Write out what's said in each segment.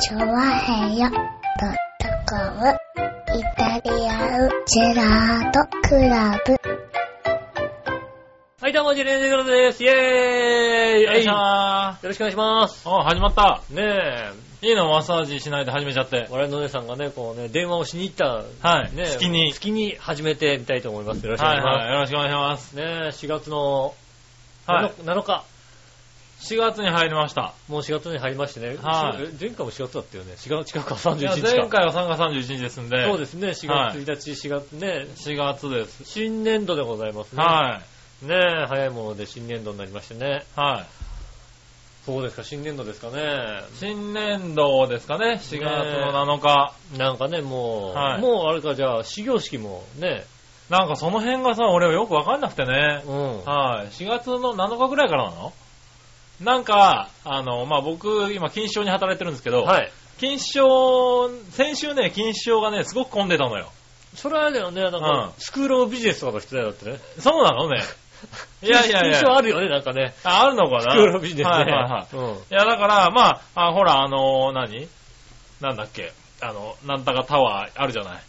チョワヘヨドットコムイタリアンジェラートクラブ。はい、どうも、ジェレンジェラートです。イェーイよいしよょー。あ、ろしくお願いします。始まった。ねえ、いいの、マッサージしないで始めちゃって。我々のお姉さんがね、こうね、電話をしに行った、はい。ねえ、好きに。月に始めてみたいと思います。よろしくおは願いしいます。はい。よろしくお願いします。ねえ、4月のはい 7, 7日、 4月に入りました。もう4月に入りましてね、はいえ前回も4月だったよね。4月近くはいや31日か。前回は3月31日ですんで。そうですね、4月1日、4月ね、す。4月です。新年度でございますね。はねえ、早いもので新年度になりましてね。い。はい。そうですか、新年度ですかね。新年度ですかね。4月の7日。なんかね、もう、はいもうあれか、じゃあ、始業式もね、なんかその辺がさ、俺はよくわかんなくてね。うん。はい。4月の7日ぐらいからなのなんか、あの、まあ、僕、今、金賞に働いてるんですけど、はい。金賞、先週ね、金賞がね、すごく混んでたのよ。それはあれだよね、なんか、スクールオブビジネスとかの人だよだってね。そうなのね。 いやいやいや印。象あるよね、なんかね。あ、あるのかなスクールオブビジネスね。はいはいはい。うん。いや、だから、まあ、あほら、あの何なんだっけあの、なんたかタワーあるじゃない。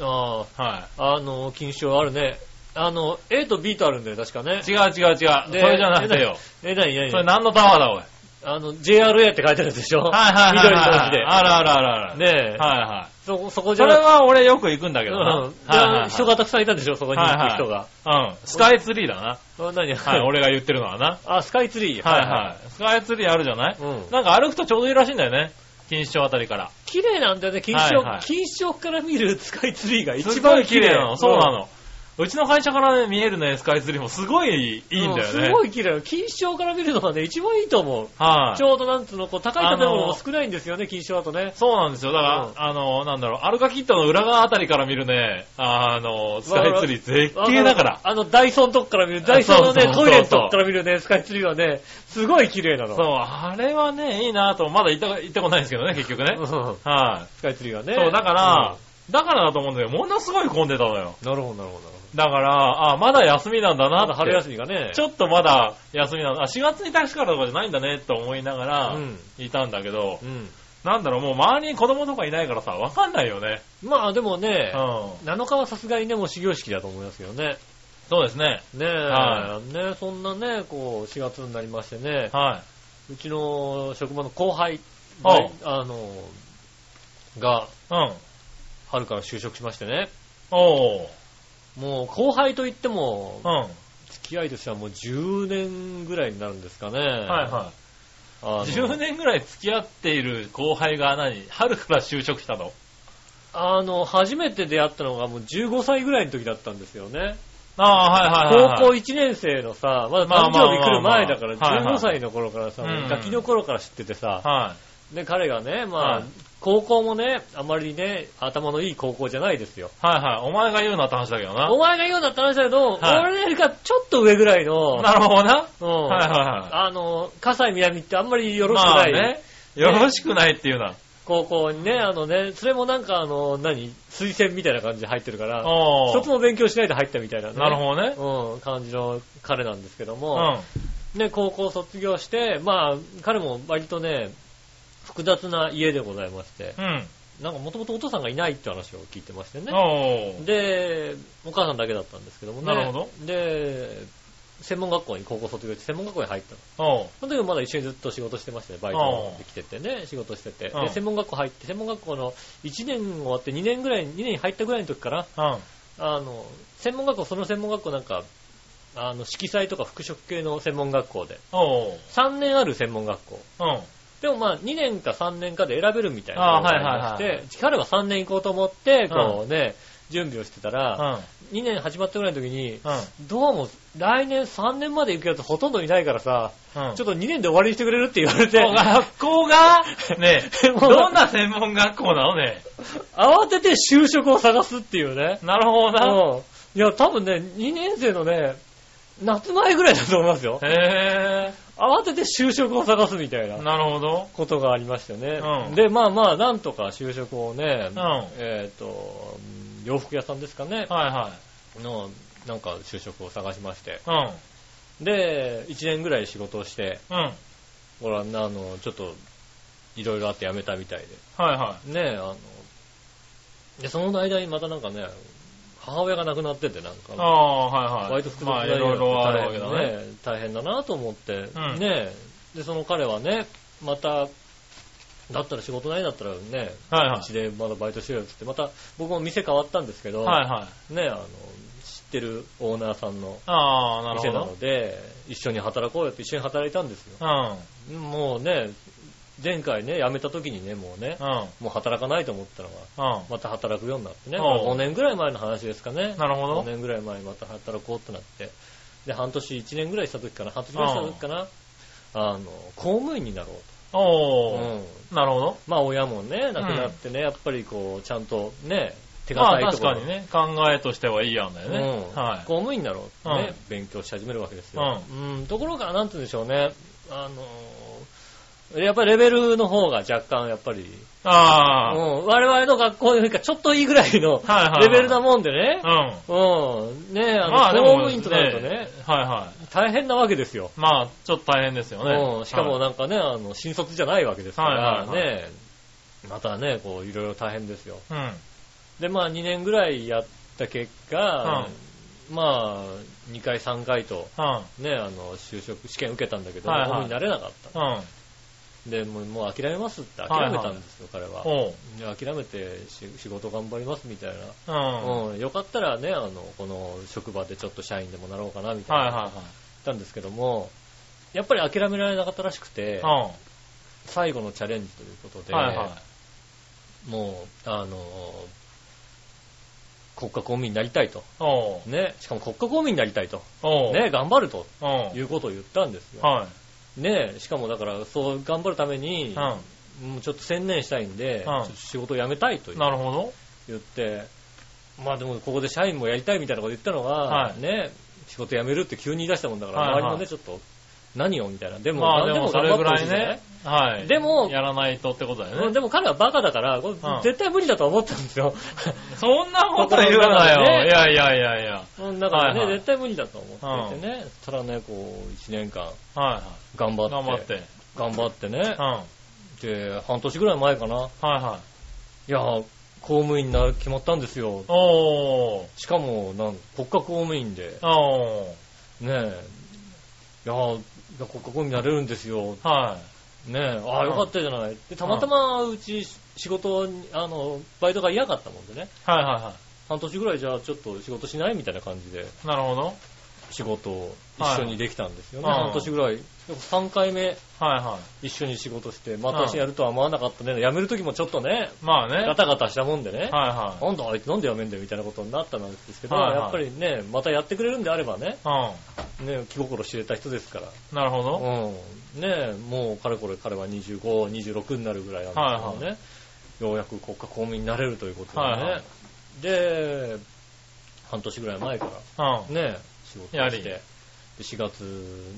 あはあ、あの、金賞あるね。あの、A と B とあるんだよ、確かねい。。違う違う違う。そでれじゃなくてよ。え、なになにそれ何のタワーだ、おい。あの、JRA って書いてあるでしょ はいはいはい、はい。緑のあるあるあるある。文字で。ねえ。はいはい。そこ、そこじそゃれなくては俺よく行くんだけうどな。ん。じはいはいゃはあい人がたくさんいたでしょ、そこに行く人が。うん。スカイツリーだな。あ何はい、俺が言ってるのはな。あ、スカイツリー。はいはい。スカイツリーあるじゃないうんなんか歩くとちょうどいいらしいんだよね。錦糸町あたりから。綺麗なんだよね、金はい賞、はい金賞から見るスカイツリーが一すご番い綺綺麗麗なの。そうなの。うちの会社からね、見えるね、スカイツリーもすごいいいんだようね。すごい綺麗なの。金賞から見るのがね、一番いいと思う。はいち。ょうどなんつうの、こう、高い建物あもの少ないんですよね、金賞だとね。そうなんですよ。だから、うんあの、なんだろう、アルカキットの裏側あたりから見るね、あの、スカイツリー絶景だから。あの、ダイソンのとこから見る、ダイソンのね、そうそうそうそうトイレのとこから見るね、スカイツリーはね、すごい綺麗なの。そう、あれはね、いいなと、まだ行った、行ったことないんですけどね、結局ね。はい、うんスカイツリーはね。そう、だから、だからだと思うんだけど、ものすごい混んでたのよ。うん、なるほど、なるほど。だから、あ、まだ休みなんだなまって。だ春休みがね。ちょっとまだ休みなんだ。あ、4月に対してからとかじゃないんだね、と思いながらうん、いたんだけど、うん。なんだろう、もう周りに子供とかいないからさ、わかんないよね。まあ、でもね、うん。 7日はさすがにね、もう始業式だと思いますけどね。そうですね。ねえ、はねえそんなね、こう、4月になりましてね、はうちの職場の後輩、はいねあの、が、い。うん。春から就職しましてね、おー。もう後輩といってもう、ん。はい付き合いとしてはもう10年ぐらいになるんですかね。はい。あの10年ぐらい付き合っている後輩が何春から就職したのあの、初めて出会ったのがもう15歳ぐらいの時だったんですよね。ああ、はいはいはい、高校はい。 1年生のさ、まだま誕あまあ生日来る前だから、まあまあまあ15歳の頃からさ、はいはいガキの頃から知っててさ、はで、彼がね、まあ、はい高校もね、あまりね、頭のいい高校じゃないですよ。い。はいはい。お前が言うなって話だけどなお。前が言うなって話だけど、はい俺よりかちょっと上ぐらいの、なるほどな。うんはいはあの、葛西南ってあんまりよいはい。ろしくない、まあね。よろしくないっていうな。高校にね、あのね、それもなんかあの、何、推薦みたいな感じで入ってるから、お一つー。も勉強しないで入ったみたいな、ね。なるほどね。ど。うん、感じの彼なんですけどうん。も、はね、高校卒業して、まあ、彼も割とね、複雑な家でございまして、い。うん。なんかもともとお父さんがいないって話を聞いてましてね。おー。で、お母さんだけだったんですけどもね。なるほど。で、専門学校に高校卒業して専門学校に入ったの。おー。その時もまだ一緒にずっと仕事してましたね。バイトで来ててね、仕事してて。うで、ん専門学校入って、専門学校の1年終わって2年ぐらい、2年入ったぐらいの時から、うん。はいあの、専門学校、その専門学校なんか、あの、色彩とか服飾系の専門学校で、おー。 3年ある専門学校。うん。でもまあ2年か3年かで選べるみたいなあのーがありまして、はいは彼は3年行こうと思って、こうね、準備をしてたら、2年始まったぐらいの時に、うん。どうも来年3年まで行くやつほとんどいないからさ、うん。うんちょ。っと2年で終わりにしてくれるって言われて、学校が、 ねえ、 もうどんな専門学校なのね。慌てて就職を探すっていうね。なるほどな。うんいや、多分ね、2年生のね、夏前ぐらいだと思いますよ。へ慌てて就職を探すみたいなー。なるほど。ことがありましてね。うんで、まあまあ、なんとか就職をね、うん。はいえっ、と、うん洋服屋さんですかね、はの、なんか就職を探しまして。い。うん。で、1年ぐらい仕事をして、うん。ほら、あの、ちょっと、いろいろあって辞めたみたいはいはで。ねえ、あの、で、その間にまたなんかね、母親が亡くなってて、なんい。あか、あ、はいはい。割と複雑まあ、ないろいろあるわけだね。ね。大変だなと思って、うねんえ、で、その彼はね、また、だったら仕事ないんだったらね、はいはうちでまだバイトしろよって言って、また僕も店変わったんですけど、い。はいはい。ねえ、あの、知ってるオーナーさんのああ、なる店ほなどの。で、一緒に働こうよって一緒に働いたんですよ。うもうね、前回ね、辞めた時にね、もうね、ん。うん。もう働かないと思ったのが、うまた働くようになってね、おう5年ぐらい前の話ですかねん。。なるほ5ど。年ぐらい前にまた働こうってなって、で、半年、1年ぐらいした時かな、半年ぐらいした時かな、あの、公務員になろうと。おー。うんなるほど。まあ、親もね、亡くなってね、やっぱりこう、ちゃんとね、手ま堅あいと確ころかにね、考えとしてはいい案だよね。うんはい。公務員だろうってね、うん勉強し始めるわけですよ。うんところが、なんて言うんでしょうね、あのーやっぱりレベルの方が若干、やっぱり、うああ。ん、我々の学校よりかちょっといいぐらいのはいはいはいレベルなもんでね、うん。うん、ねあの、まあで公務も、員となるとね、はいは大変なわけですよ。い。まあ、ちょっと大変ですようん、ね。しかもはいなんかね、あの、新卒じゃないわけですから、はいはいはね、またね、こう、いろいろ大変ですよ。うん。で、まあ2年ぐらいやった結果、まあ、2回3回と、うね、あの、就職、試験受けたんだけど、はいはい公務員になれなかった。ん。うん。で、もうもう諦めますって諦めたんですよ、彼は。おう。で諦めてし仕事頑張りますみたいな。うん。はうん、よかったらね、あの、この職場でちょっと社員でもなろうかな、みいたいな。言っはたんですけども、やっぱり諦められなかったらしくいて、はい。最後のチャレンジということうで、ん。はいはい。もう、あの、国家公務員になりたいと。おう。ね、しかも国家公務員になりたいと。おう。ね、頑張るとうん。いうことを言ったんですよ。はい。ねえ、しかもだから、そう頑張るために、うもうちょっと専念したいんで、んちょっと仕事を辞めたいとん。なるほど。言って、まあでもここで社員もやりたいみたいなこと言ったのが、はいねえ、仕事辞めるって急に言い出したもんだから、はいはい周りもね、ちょっと、何をみたいな。でも、まあ何でもそ頑張れっぐてほらしいじゃないね。はい。でもやらないとってことだうよんね。でも彼はバカだから、これん絶対無理だと思ったんですよ。 そんなこと言うなよ。ねいやいやいやいや。うんだからね、はいはい絶対無理だと思っていてね、ただね、こう、1年間は頑張いはっい。て、頑張って。頑張ってねうん。、はいで、半年ぐらい前かな、はい。いや、公務員になる決まったんですよ。おー。しかも、なん国家公務員で、おー。ねえ、いや、いや国家公務員になれるんですよ。はねえ、ああ、うんよかったじゃない。で、たまたまうち仕事に、あの、バイトが嫌かったもんでね、い。はいはいは半年ぐらいじゃあちょっと仕事しないみたいな感じで、い。なるほど。仕事を一緒にできたんですよね。はい半年ぐらい。3回目はいは一緒に仕事して、また私やるとは思わなかったね。辞める時もちょっとね、い。まあね。ガタガタしたもんでね。はいはい。なんだあいつなんで辞めんだよみたいなことになったんですけど、はいはいやっぱりね、またやってくれるんであればね、うね、気心知れた人ですから。ん。なるほうん。ど。ね、もうかれこれ彼は25、26になるぐらいなんですけどね、はようやく国家公務員になれるということでね。はいはいで、半年ぐらい前から、うん。はい。ね、仕事をやしりて、で4月、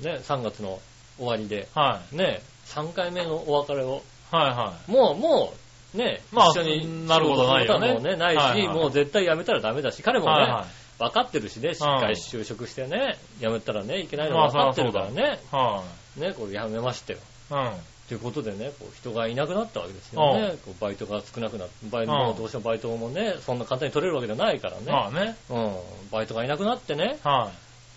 ね、3月の終わりで、はいね、3回目のお別れを、はもう、もう、ね、まあ一緒になることないよね仕事することはもうね、ないし、はいはいもう絶対辞めたらダメだし、彼い。もね、は分かってるしね、しっかり就職してね、辞めたらね、いけないの分かってるからね、いはね、こう辞めましたよ。い。はい。ということでね、こう人がいなくなったわけですよね。こうバイトが少なくなって、バイトもうんどうしてもバイトもね、そんな簡単に取れるわけじゃないからうん。まね。あね。うん。バイトがいなくなってね、は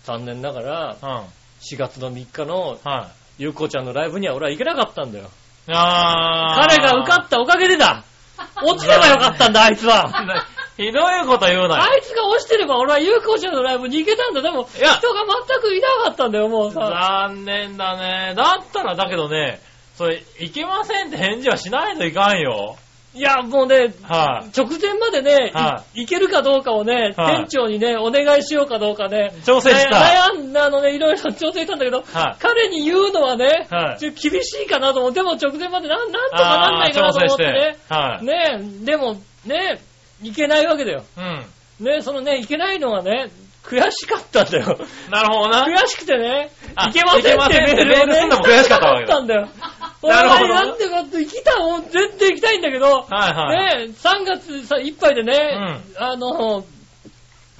残念ながらい。うん。 4月の3日のはい。ゆうこちゃんのライブには俺は行けなかったんだよ。あー。彼が受かったおかげで だ落ちればよかったんだ、あいつはな ひどいこと言うなあよ。いつが落ちてれば俺は有効者のライブに行けたんだ。でも、人が全くいなかったんだよ、もうさ。残念だね。だったらだけどね、それ、いけませんって返事はしないといかんよ。いや、もうね、は直前までね、、はい行けるかどうかをね、はい店長にね、お願いしようかどうかね。調整した悩んだのね、いろいろ調整したんだけど、はい彼に言うのはね、はいちょっと厳しいかなと思って、でも直前までなんなんい。とかなんないかなと思ってね。はい。ねでも、ね行けないわけだよ。うん。ねそのね、行けないのはね、悔しかったんだよ。なるほどな。悔しくてね、あいけませんっていけませんってメールをメールするのも悔しかったわけ だんだよ。なるほど俺はなんてこと、行きたいもん、全然行きたいんだけど、はいはい。ね3月さいっぱいでね、あの、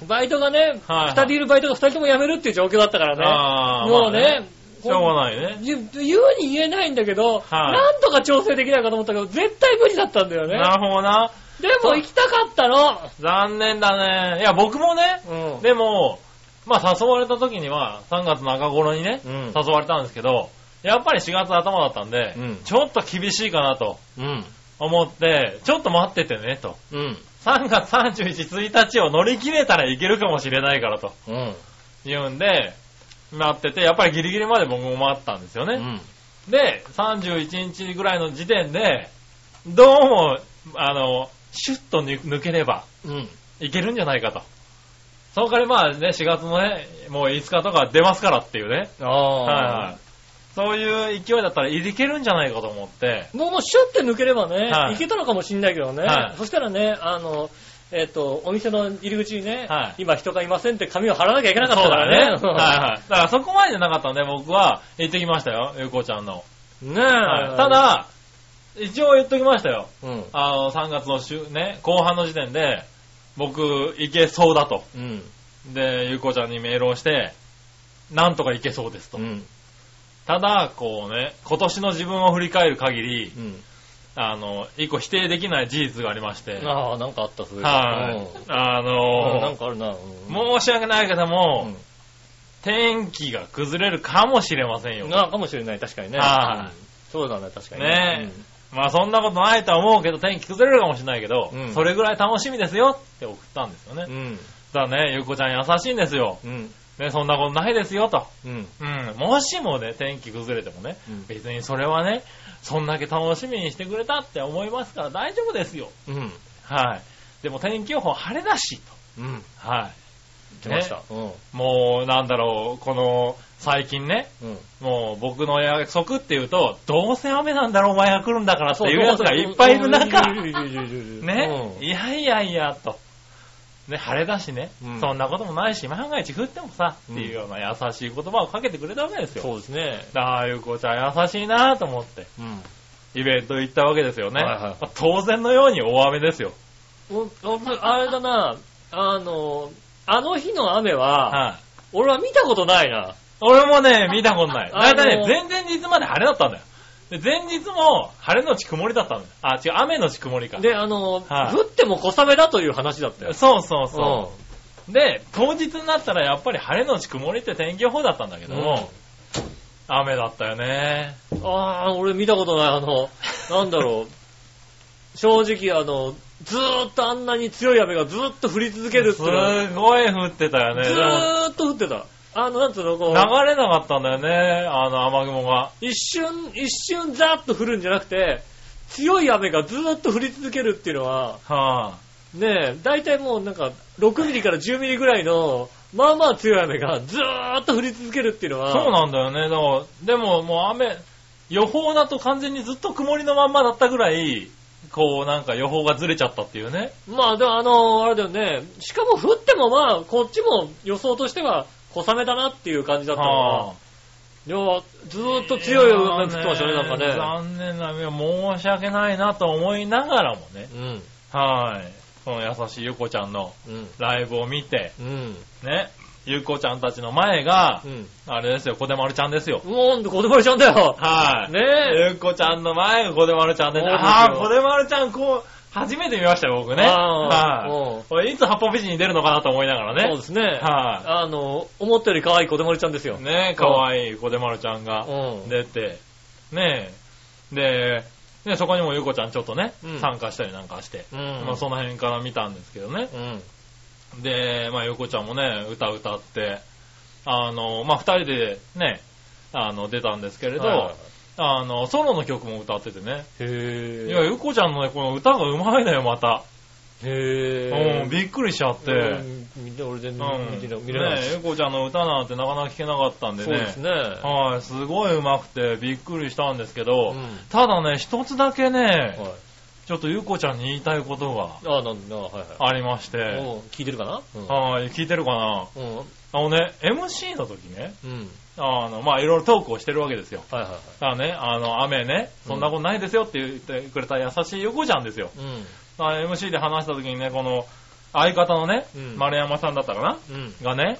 バイトがね、はいはい2人いるバイトが2人とも辞めるっていう状況だったからね、あーもうまあね、しょうがないね。言う言うに言えないんだけど、はいなんとか調整できないかと思ったけど、絶対無理だったんだよね。なるほどな。でも行きたかったの。残念だね。いや、僕もね、うん。でも、まあ誘われた時には、3月中頃にね、うん誘われたんですけど、やっぱり4月頭だったんで、うんちょっと厳しいかなとうん。思って、ちょっと待っててね、と。うん。 3月31日、1日を乗り切れたらいけるかもしれないからとうん。言うんで、待ってて、やっぱりギリギリまで僕も待ったんですようね。ん。で、31日ぐらいの時点で、どうも、あの、シュッと抜抜ければうん。いけるんじゃないかと。その代わりまあね、4月のね、もう5日とか出ますからっていうね。あはいあ。はい。そういう勢いだったらいけるんじゃないかと思って。もうもうシュッて抜ければね、はいい、けたのかもしんないけどね、はいそしたらね、あの、えっ、と、お店の入り口にね、はい今人がいませんって紙を貼らな きゃいけなかったからね。そうだはいはい。だからそこまでじゃなかったんで僕は行ってきましたよ、ゆうこちゃんの。い。ねえ、はいた、だ、一応言っときましたよ。うん。あの、3月の週、ね、後半の時点で、僕、行けそうだと。うん。で、ゆうこちゃんにメールをして、なんとかいけそうですと。うん。ただ、こうね、今年の自分を振り返る限り、うん。あの、一個否定できない事実がありまして、はい、ああ、なんかあった、それあうん。なんのかあるな。申し訳ないけどうん、も、うん天気が崩れるかもしれませんよ。なあかもしれない、確かにね。はいうんそうだね、確 かにねまあそんなことないとは思うけど、天気崩れるかもしれないけど、うんそれぐらい楽しみですよって送ったんですよね。うん。だからね、ゆうこちゃん優しいんですよ。うん。ね、そんなことないですよと。うん。うん、もしもね、天気崩れてもね、うん別にそれはね、そんだけ楽しみにしてくれたって思いますから大丈夫ですよ。うん。はい。でも天気予報晴れだし、うん。と。は来ました。うん。い。もう、なんだろう、この、最近ね、うん。もう僕の約束っていうと、どうせ雨なんだろう、お前が来るんだからってそういうやつがいっぱいいる中、うんいるいるいるいるいるね、うんいやいやいや、と。ね、晴れだしね、うんそんなこともないし、万が一降ってもさ、っていうような優しい言葉をかけてくれたわけですよ。そうですね。ああ、ゆうこちゃん優しいなと思って、うん。イベント行ったわけですよね。はいはいまあ当然のように大雨ですよ。おおあれだな、あの、あの日の雨は、はい。俺は見たことないな。俺 もね、見たことない。ああだいたいあねの、前々日まで晴れだったんだよ。で、前日も晴れのち曇りだったんだよ。あ、違う、雨のち曇りか。で、あの、はい降っても小雨だという話だったよ。そうそうそう。で、当日になったらやっぱり晴れのち曇りって天気予報だったんだけども、雨だったよね。うんああ、俺見たことない、あの、なんだろう。正直、あの、ずーっとあんなに強い雨がずーっと降り続けるっすていうのはごい降ってたよね。ずでもーっと降ってた。あの、なんつうの、こう、流れなかったんだよね、あの雨雲が。一瞬、一瞬ザーッと降るんじゃなくて、強い雨がずーっと降り続けるっていうのは、はあ、ねえ、大体もうなんか、6ミリから10ミリぐらいの、まあまあ強い雨がずーっと降り続けるっていうのは、そうなんだよね。だから、でももう雨、予報だと完全にずっと曇りのまんまだったぐらい、こうなんか予報がずれちゃったっていうね。まあでもあのあれだよね、しかも降ってもまあ、こっちも予想としては小雨だなっていう感じだったはのあら、要はずーっと強い雨が降ってましたね、いなやんーかね。残念な、いや申し訳ないなと思いながらもね。うん、はい。この優しいゆこちゃんのうん、ライブを見て、うん、ね。ゆこちゃんたちの前がう、ん。あれですよ、こでまるちゃんですよ。もう、子供ちゃんだよ。はい。ねえ。ゆこちゃんの前がこでまるちゃんで、そうですよああ、こでまるちゃん、こう、初めて見ましたよ、僕ね。あーはい。うんこれいつ八方美人に出るのかなと思いながらね。そうですね。はあの、思ったより可愛い子供ちゃんですよ。い。ねえ、かわいい小出丸ちゃんがうん出て、ねえ、で、ね、そこにもゆうこちゃんちょっとね、うん参加したりなんかして、うんまあその辺から見たんですけどね。うん。で、まあゆうこちゃんもね、歌歌って、あの、まあ二人でね、あの、出たんですけれど、はいはいはいあの、ソロの曲も歌っててね。へいえ。や、ゆうこちゃんのね、この歌がうまいのよ、また。へうん、っびっくりしちゃって。見て、俺全うん然見てな、見れないねえ、ゆうこちゃんの歌なんてなかなか聞けなかったんでね。そうですね。はい、すごい上手くてびっくりしたんですけうど、んただね、一つだけね、はい。ちょっとゆうこちゃんに言いたいことがああ、なんだ、はいはい。ありまして、うん聞いてるかなうんはい、聞いてるかなうん。あのね、MC の時ね、うん。あの、まあ、いろいろトークをしてるわけですよ。はいはいはだからね、あの、雨ね、そんなことないですよって言ってくれた優しいゆうこちゃんですよ。い。うん。あ MC で話した時にね、この、相方のね、うん丸山さんだったかなうん。がね、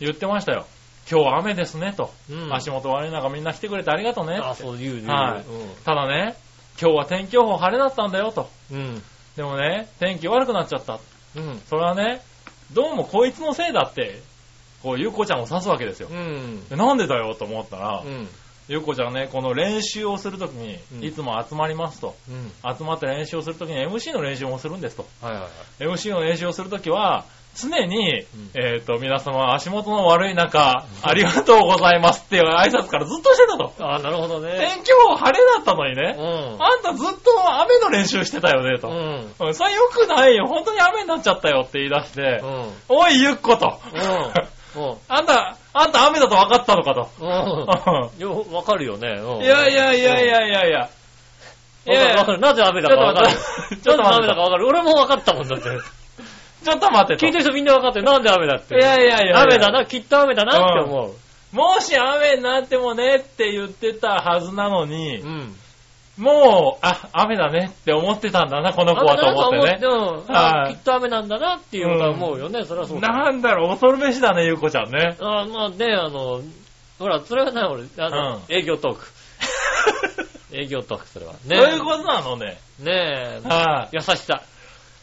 言ってましたよ。今日は雨ですねと。うん。足元悪い中みんな来てくれてありがとうねって。あ、そう言う、言う。はいただね、今日は天気予報晴れだったんだよと。うん。でもね、天気悪くなっちゃった。うん。それはね、どうもこいつのせいだって、こう、ゆうこちゃんを指すわけですよう。ん。でなんでだよと思ったら、うん。ゆうこちゃんね、この練習をするときにう、んいつも集まりますと。うん。集まって練習をするときに MC の練習もするんですと。はいはいはい。 MC の練習をするときは、常に、んえっ、と、皆様、足元の悪い中、ありがとうございますっていう挨拶からずっとしてたと。あ、なるほどね。天気予報晴れだったのにうね、ん。あんたずっと雨の練習してたよね、うと。ん。うん、それ良くないよ、本当に雨になっちゃったよって言い出して、うん。おい、ゆっこと。うん。 あんた、あんた雨だと分かったのかうん。と。よ、わかるよね。うんいやいやいやいやいやいや。いわかやいるわかやる。なぜ雨だかわかる。 ちょっなと待ってんで雨だかわかる。俺もわかったもんだって。ちょっと待ってと。聞いてる人みんなわかってる、なんで雨だって。いやいやいやいや。雨だな、きっと雨だなって思う。もし雨になってもねって言ってたはずなのにう、ん。もう、あ、雨だねって思ってたんだな、この子はと思ってね。うんはあいきっと雨なんだなっていうのは思うよね、そりゃそうだ。なんだろう、恐るべしだね、ゆうこちゃんね。あまあね、あの、ほら、それはな、俺、あの、うん営業トーク。営業トーク、それは。ね そういうことなのね。ねえ、は優しさ。い。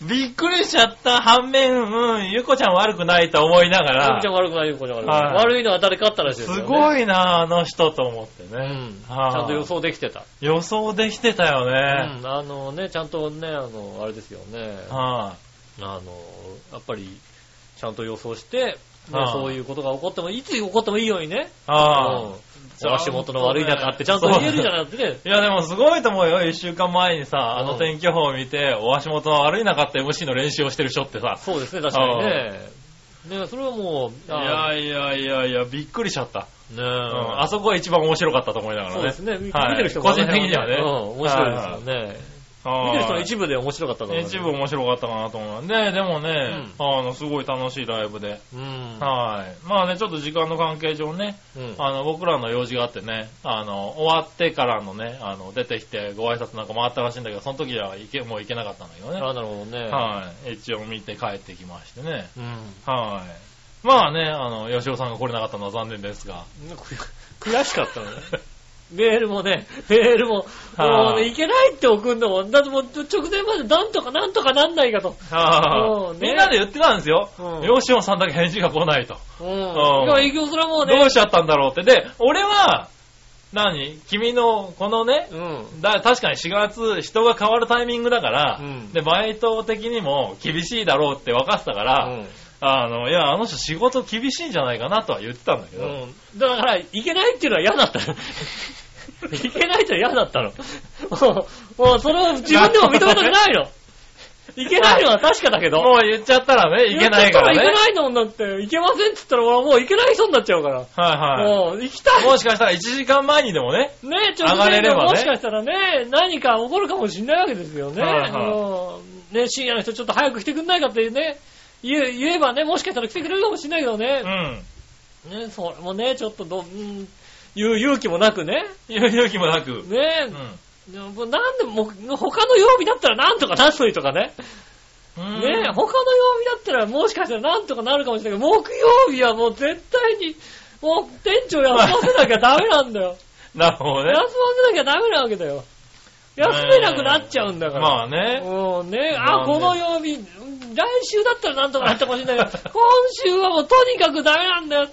びっくりしちゃった反面、うん、ゆうこちゃん悪くないと思いながゆうらちゃ、ん悪くない、ゆうこちゃん悪くない。はい悪いのは誰かあったらしいですよ、すね。い。ごいな、あの人と思ってうね。ん。ちはいゃんと予想できてた。予想できてたよね。うん。あのね、ちゃんとね、あの、あれですよね。はあの、やっぱり、ちゃんと予想して、ねはいそういうことが起こっても、いつ起こってもいいようにね。い。はうんい。お足元の悪い中あって、ちゃんと言えるじゃなくてね。いやでもすごいと思うよ、一週間前にさ、あうのん天気予報を見て、お足元の悪い中って MC の練習をしてる人ってさ、そうですね、確かにね。ねそれはもう、いあやいやいやいや、びっくりしちゃった。ーうんねあそこが一番面白かったと思いながらね。そうですね、見見はいてる人個人的にはねうん、面白いですよね。見てる人のはい一部で面白かったと思う。一部面白かったかなと思う。で、でもね、あの、すごい楽しいライブで。うん。はい。まあね、ちょっと時間の関係上ね、うんあの、僕らの用事があってね、あの、終わってからのね、あの、出てきてご挨拶なんかもあったらしいんだけど、その時は行け、もう行けなかったんだけどね。あなるほどね。はい。一応見て帰ってきましてね。うん。はい。まあね、あの、吉尾さんが来れなかったのは残念ですが。悔悔しかったのね。メールもね、メールも、はいもうね、いけないって送るのも、だってもう直前までなんとかなんとかなんないかと。 はそうねいみんなで言ってたんですよ。うん吉尾さんだけ返事が来ないと。うん。んだから営業それはもうねど、うしちゃったんだろうって。で、俺は、何君の、このね、うん。だ確かに4月、人が変わるタイミングだから、うんで、バイト的にも厳しいだろうって分かってたから、あの、いや、あの人仕事厳しいんじゃないかなとは言ってたんだけど、うん。だから、いけないっていうのは嫌だったの。 いけないっていうのは嫌だったの。もう、もうそれを自分でも認めたくないの。いけないのは確かだけど。もう言っちゃったらね、いけないからね。いけないのだって、いけませんって言ったら俺はもういけない人になっちゃうから。はいはい。もう、行きたい。もしかしたら1時間前にでもね、ねえ、直前上がれでればねもしかしたらね、何か起こるかもしれないわけですよね。はいはいうんね深夜の人ちょっと早く来てくんないかってね、言え言えばね、もしかしたら来てくれるかもしれないけどうね。ん。ねそれもね、ちょっとど、うん、言う勇気もなくね。言う勇気もなねく。うん。え、でもなんでも、他の曜日だったらなんとかなっといとかね。うねんえ、他の曜日だったらもしかしたらなんとかなるかもしれないけど、木曜日はもう絶対に、もう店長休ませなきゃダメなんだよ。なるほどね休。ませなきゃダメなわけだよ。休めなくなっちゃうんだから。まあね。もうね、まあ、あねこの曜日、うん来週だったらなんとかなったかもしれないけど、今週はもうとにかくダメなんだよ。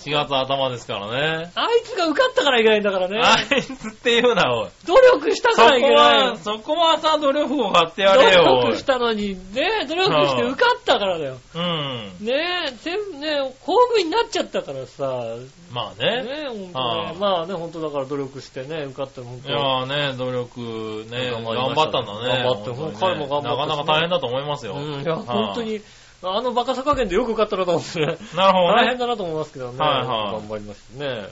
4月頭ですからね。あいつが受かったからいけないんだからあね。いつっていう な、おい。努力したそからいけこないは、よ。そこはさ、努力を買ってやれよ。努力したのに、ね、努力して受かったからだよ。おいうん。ね全部ね、公務員になっちゃったからさ、まあねね。本当ああね、まあね、本当だから努力してね、受かったら本い当やーね、努力ね、頑頑張りまし張たねったんだ頑ね。張って本当彼にねも頑張ったしねなかなか大変だと思いますよ。うん、いや、はい本当。に、あのバカさ加減でよく受かったなと思ってね。なるほど大変ね。だなと思いますけどね。はいはい頑張りましたね。ね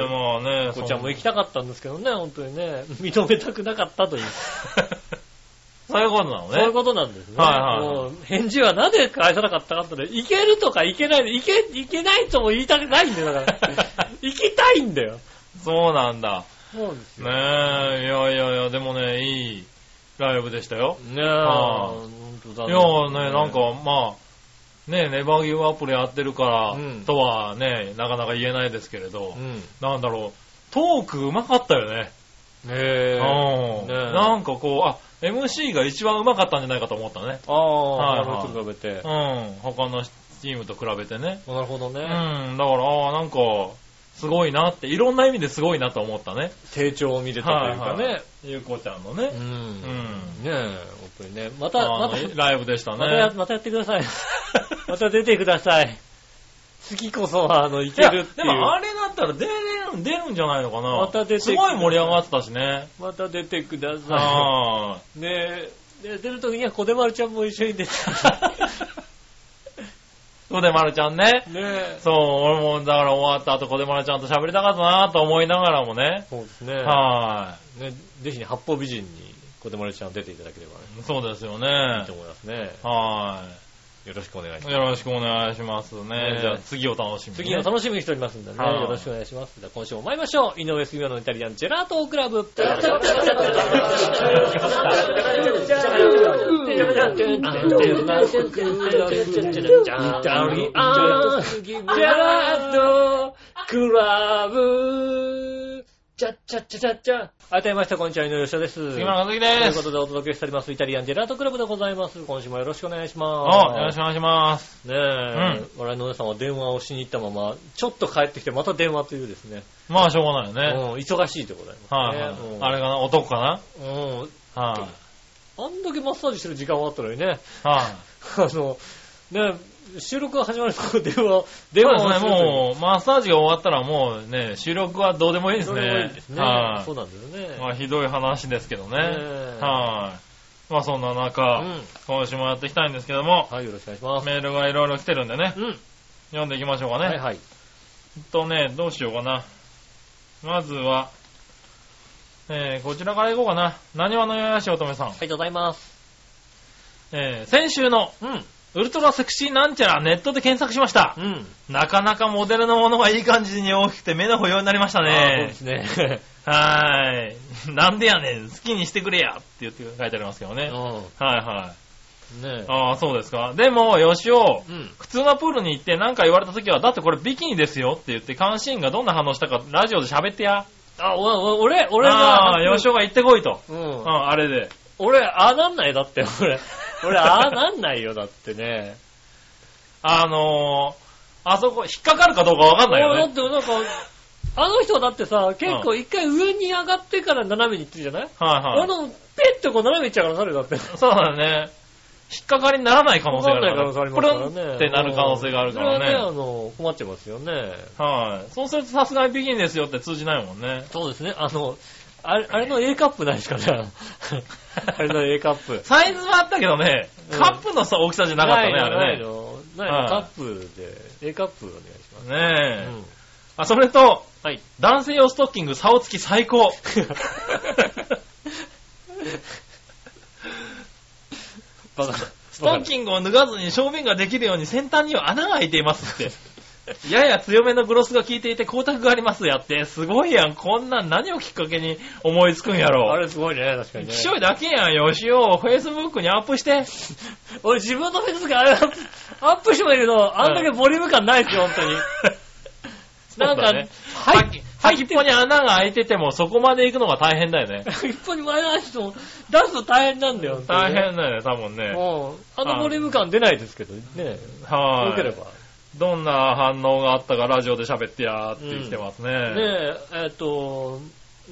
え、もまあね。こちゃんも行きたかったんですけどね、本当にね。認めたくなかったという。 そういうことなのね。そういうことなんですね。はいはいはいもう返事はなぜ返さなかったかってね、行けるとか行けないで、行け、行けないとも言いたくないんだよ、だ から。行きたいんだよ。そうなんだ。そうですねえ、よ。いやいやいや、でもね、いいライブでしたよ。ねえ。はあ本当いだやね、なんか、まあ、ね、ネバーギブアップルやってるから、うんとはね、なかなか言えないですけれど、うん。なんだろう、トークうまかったよね。へぇうん。なんかこう、あ、MC が一番うまかったんじゃないかと思ったね。ああ、はいはいなるほど、比べて。うん。他のチームと比べてね。なるほどうん。だね。から、ああ、なんか、すごいなって、いろんな意味ですごいなと思ったね。成長を見れたというかはいはねい。ゆうこちゃんのうね。んうん。ねえ、本当にね。また、あまのた、ライブでしたね。またや、またやってくだ さい。また出てください。次こそは、あの、いけるってでいう。もあれだったら出れる、出るんじゃないのかな。また出てくるすごい盛り上がってたしね。また出てくださ。はいねえ、で出るときには小出丸ちゃんも一緒に 出て。い。小出丸ちゃんね。ねえ。そう、俺もだから終わった後小出丸ちゃんと喋りたかったなと思いながらもね。そうですね。はね、ぜひね、八方美人に小手丸ちゃん出ていただければね、い。そうですよいいねと。思いますね。はよろしくお願いしまい。す。よろしくお願いしますねね。じゃあ次を楽しみにね。次を楽しみにしておりますんでね、はいよろしくお願いします。では今週も参りましょう。井上杉村のイタリアンジェラートクラブ。クラブ。チャッチャッチャチャッチャ。改めまして、こんにちは、井上芳雄です。杉村和樹といでうこす。とでお届けしております、イタリアンジェラートクラブでございます。今週もよろしくお願いします。お、よろしくお願いします。ねえ、我々のお姉さんは電話をしに行ったまま、ちょっと帰ってきて、また電話というですね、まあしょうがないようんね。、忙しいでございますね。はいはい。うんあれかな、男かなうん。はい。あんだけマッサージしてる時間はあったのにね、 はい。あの、ねえ収録が始まると電話、電そう話ですね、う、もう、マッサージが終わったらもうね、収録はどうでもいいですそれもいねいです。ね。はそうなんですよね。い。まあ、ひどい話ですけどね。えはい。まあ、そんな中、うん今週もやっていきたいんですけども、はい、よろしくお願いします。メールがいろいろ来てるんでね、うん。読んでいきましょうかね。はいはい。えっとね、どうしようかな。まずは、えー、こちらからいこうかな。何わのよやし乙女さん。ありがとうございます。えー、先週の、うん。ウルトラセクシーなんちゃらネットで検索しましたう。ん。なかなかモデルのものがいい感じに大きくて目の保養になりましたあね。そうですね。はーい。なんでやねん、好きにしてくれやって言って書いてありますけどうね。はいん。はい。ねえ。ああ、そうですか。でも、よしお、うん。普通のプールに行って何か言われた時は、だってこれビキニですよって言って、監視員がどんな反応したか、ラジオで喋ってや。あ、おお俺、俺あが、あ、よしおが行ってこいと。うんうん、。あれで。俺、ああなんないよだって、俺。俺、ああなんないよ、だってね。あのー、あそこ、引っかかるかどうかわかんない俺だよっね。て、なんか、あの人だってさ、結構一回上に上がってから斜めに行ってるじゃない、は俺いはい。の、ペッとこう斜めに行っちゃうから、それだって。そうだね。引っかかりにならない可能性があわかんない可る能性ありから。まプすかルらねンってなる可能性があるからそれはね、あね。の、困っちゃいますよね。はい。そうするとさすがにビキニですよって通じないもんね。そうですね、あの、あれ、あれの A カップない ですかね。 あれの A カップ。サイズはあったけどね、うんカップのさ大きさじゃなかったね、あないれね。の、ないの、はいカップで、A カップお願いします。うねえ。ん。あ、それと、はい。男性用ストッキング、竿付き 最高。バカな。ストッキングを脱がずに正面ができるように先端には穴が開いていま すって。やや強めのグロスが効いていて光沢がありますやって。すごいやん。こんなん何をきっかけに思いつくんやあろ。れすごいね、確かにね。気象だけやん、よしお。フェイスブックにアップして。俺自分のフェイスブックあれアップアップしてもいいけど、あんだけボリューム感ないですよ、本当に。なんそか、うだねはい。先っぽに穴が開いててもそこまで行くのが大変 だよね。一本に前の人も出すと大変なんだよ、本当大にね。変だよね、多分ね。うん。あのボリューム感出ないですけどね。はよい。ければ。どんな反応があったかラジオで喋ってやーって来てますね。ねえ、えっと、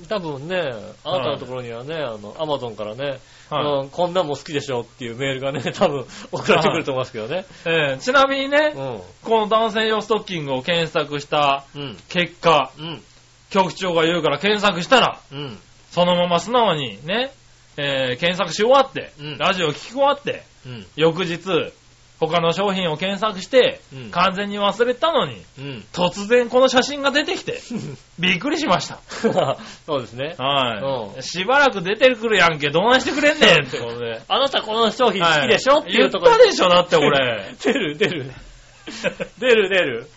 多分ね、あなたのところにはね、あの、アマゾンからね、はいうんこんなんも好きでしょっていうメールがね、多分送られてくると思いますけどね。えーちなみにね、うこの男性用ストッキングを検索したん。うん。結果、うん。局長が言うから検索したら、うん。そのまま素直にね、えー検索し終わって、うんラジオ聞き終わって、うん。翌日、他の商品を検索して、うん完全に忘れてたのに、うん。突然この写真が出て きて、びっくりしました。そうですね。はうんい。しばらく出てくるやんけ、どないしてくれんねんってことで。あなたこの商品好きでしょ、はっていうところ言 ったでしょ、だって俺。出る、出る。出る、出る。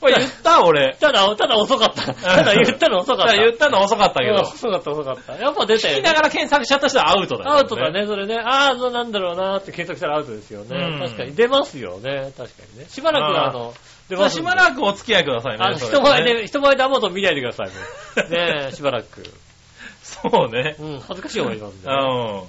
これ言った俺。ただ、ただ遅か った。ただ言ったの遅かった。言ったの遅かったけうんど。遅かった、遅かった。やっぱ出た聞よきなね。がら検索しちゃった人はアウトだよアウトだ。ね、それね。ああ、そうなんだろうなーって検索したらアウトですようねん。確かに。出ますよね。確かにね。しばらくあーあの、出でもますしんで。ばらくお付き合いくださいね。あの、そ人れ前ね。で、人前でアマゾン見ないでくださいね。ねえ、しばらく。 そうね。うん、恥ずかしい思いしますんでう。ん。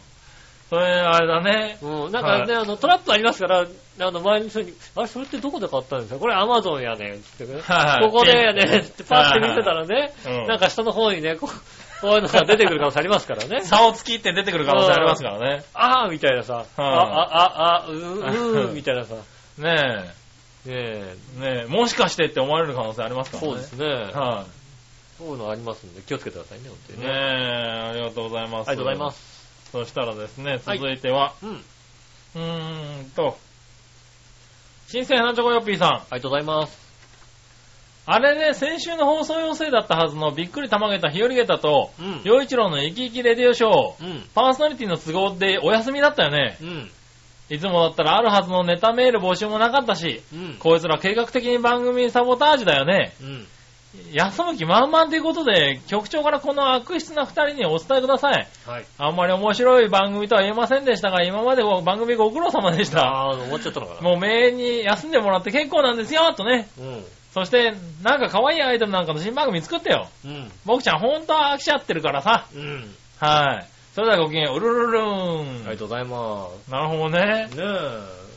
それ、あれだね。うん、なんかね、あの、トラップありますから、あの、前の人に、あれ、それってどこで買ったんですかこれアマゾンやねん、つってね。はいはいここでやねん、ってパッて見てたらね、はいうんなんか下の方にね、こう、こういうのが出てくる可能性ありますからね。差をつきって出てくる可能性 ありますからね。あーみたいなさ、あ、あ、あ、あ、うー、うー、みたいなさ、ねねえ、え。ねえ。もしかしてって思われる可能性ありますからね。そうですね。はそういうのありますんで、気をつけてくださいね、本当い。にねね。え、ありがとうございます。。ありがとうございますす。そしたらですね、はい続いては、うん、ありうーんと、新鮮なチョコヨッピーさん。がとうございます。あれね、先週の放送要請だったはずのびっくり玉げた日和げたと、うん洋一郎の生き生きレディオショー、うん、パーソナリティの都合でお休みだったよね。うん、いつもだったらあるはずのネタメール募集もなかったし、うん、こいつら計画的に番組サボタージュだよね。うん。休む気満々ということで、局長からこの悪質な二人にお伝えください。はい。あんまり面白い番組とは言えませんでしたが、今までご番組ご苦労様でした。あー、終わっちゃったのかな。もう名に休んでもらって結構なんですよ、とね。うん、そして、なんか可愛いアイドルなんかの新番組作ってよ。うん、僕ちゃんほんと飽きちゃってるからさ。うん。はい。それではごきげんよう、うるるるーあん。りがとうございまなるほどね。す。ね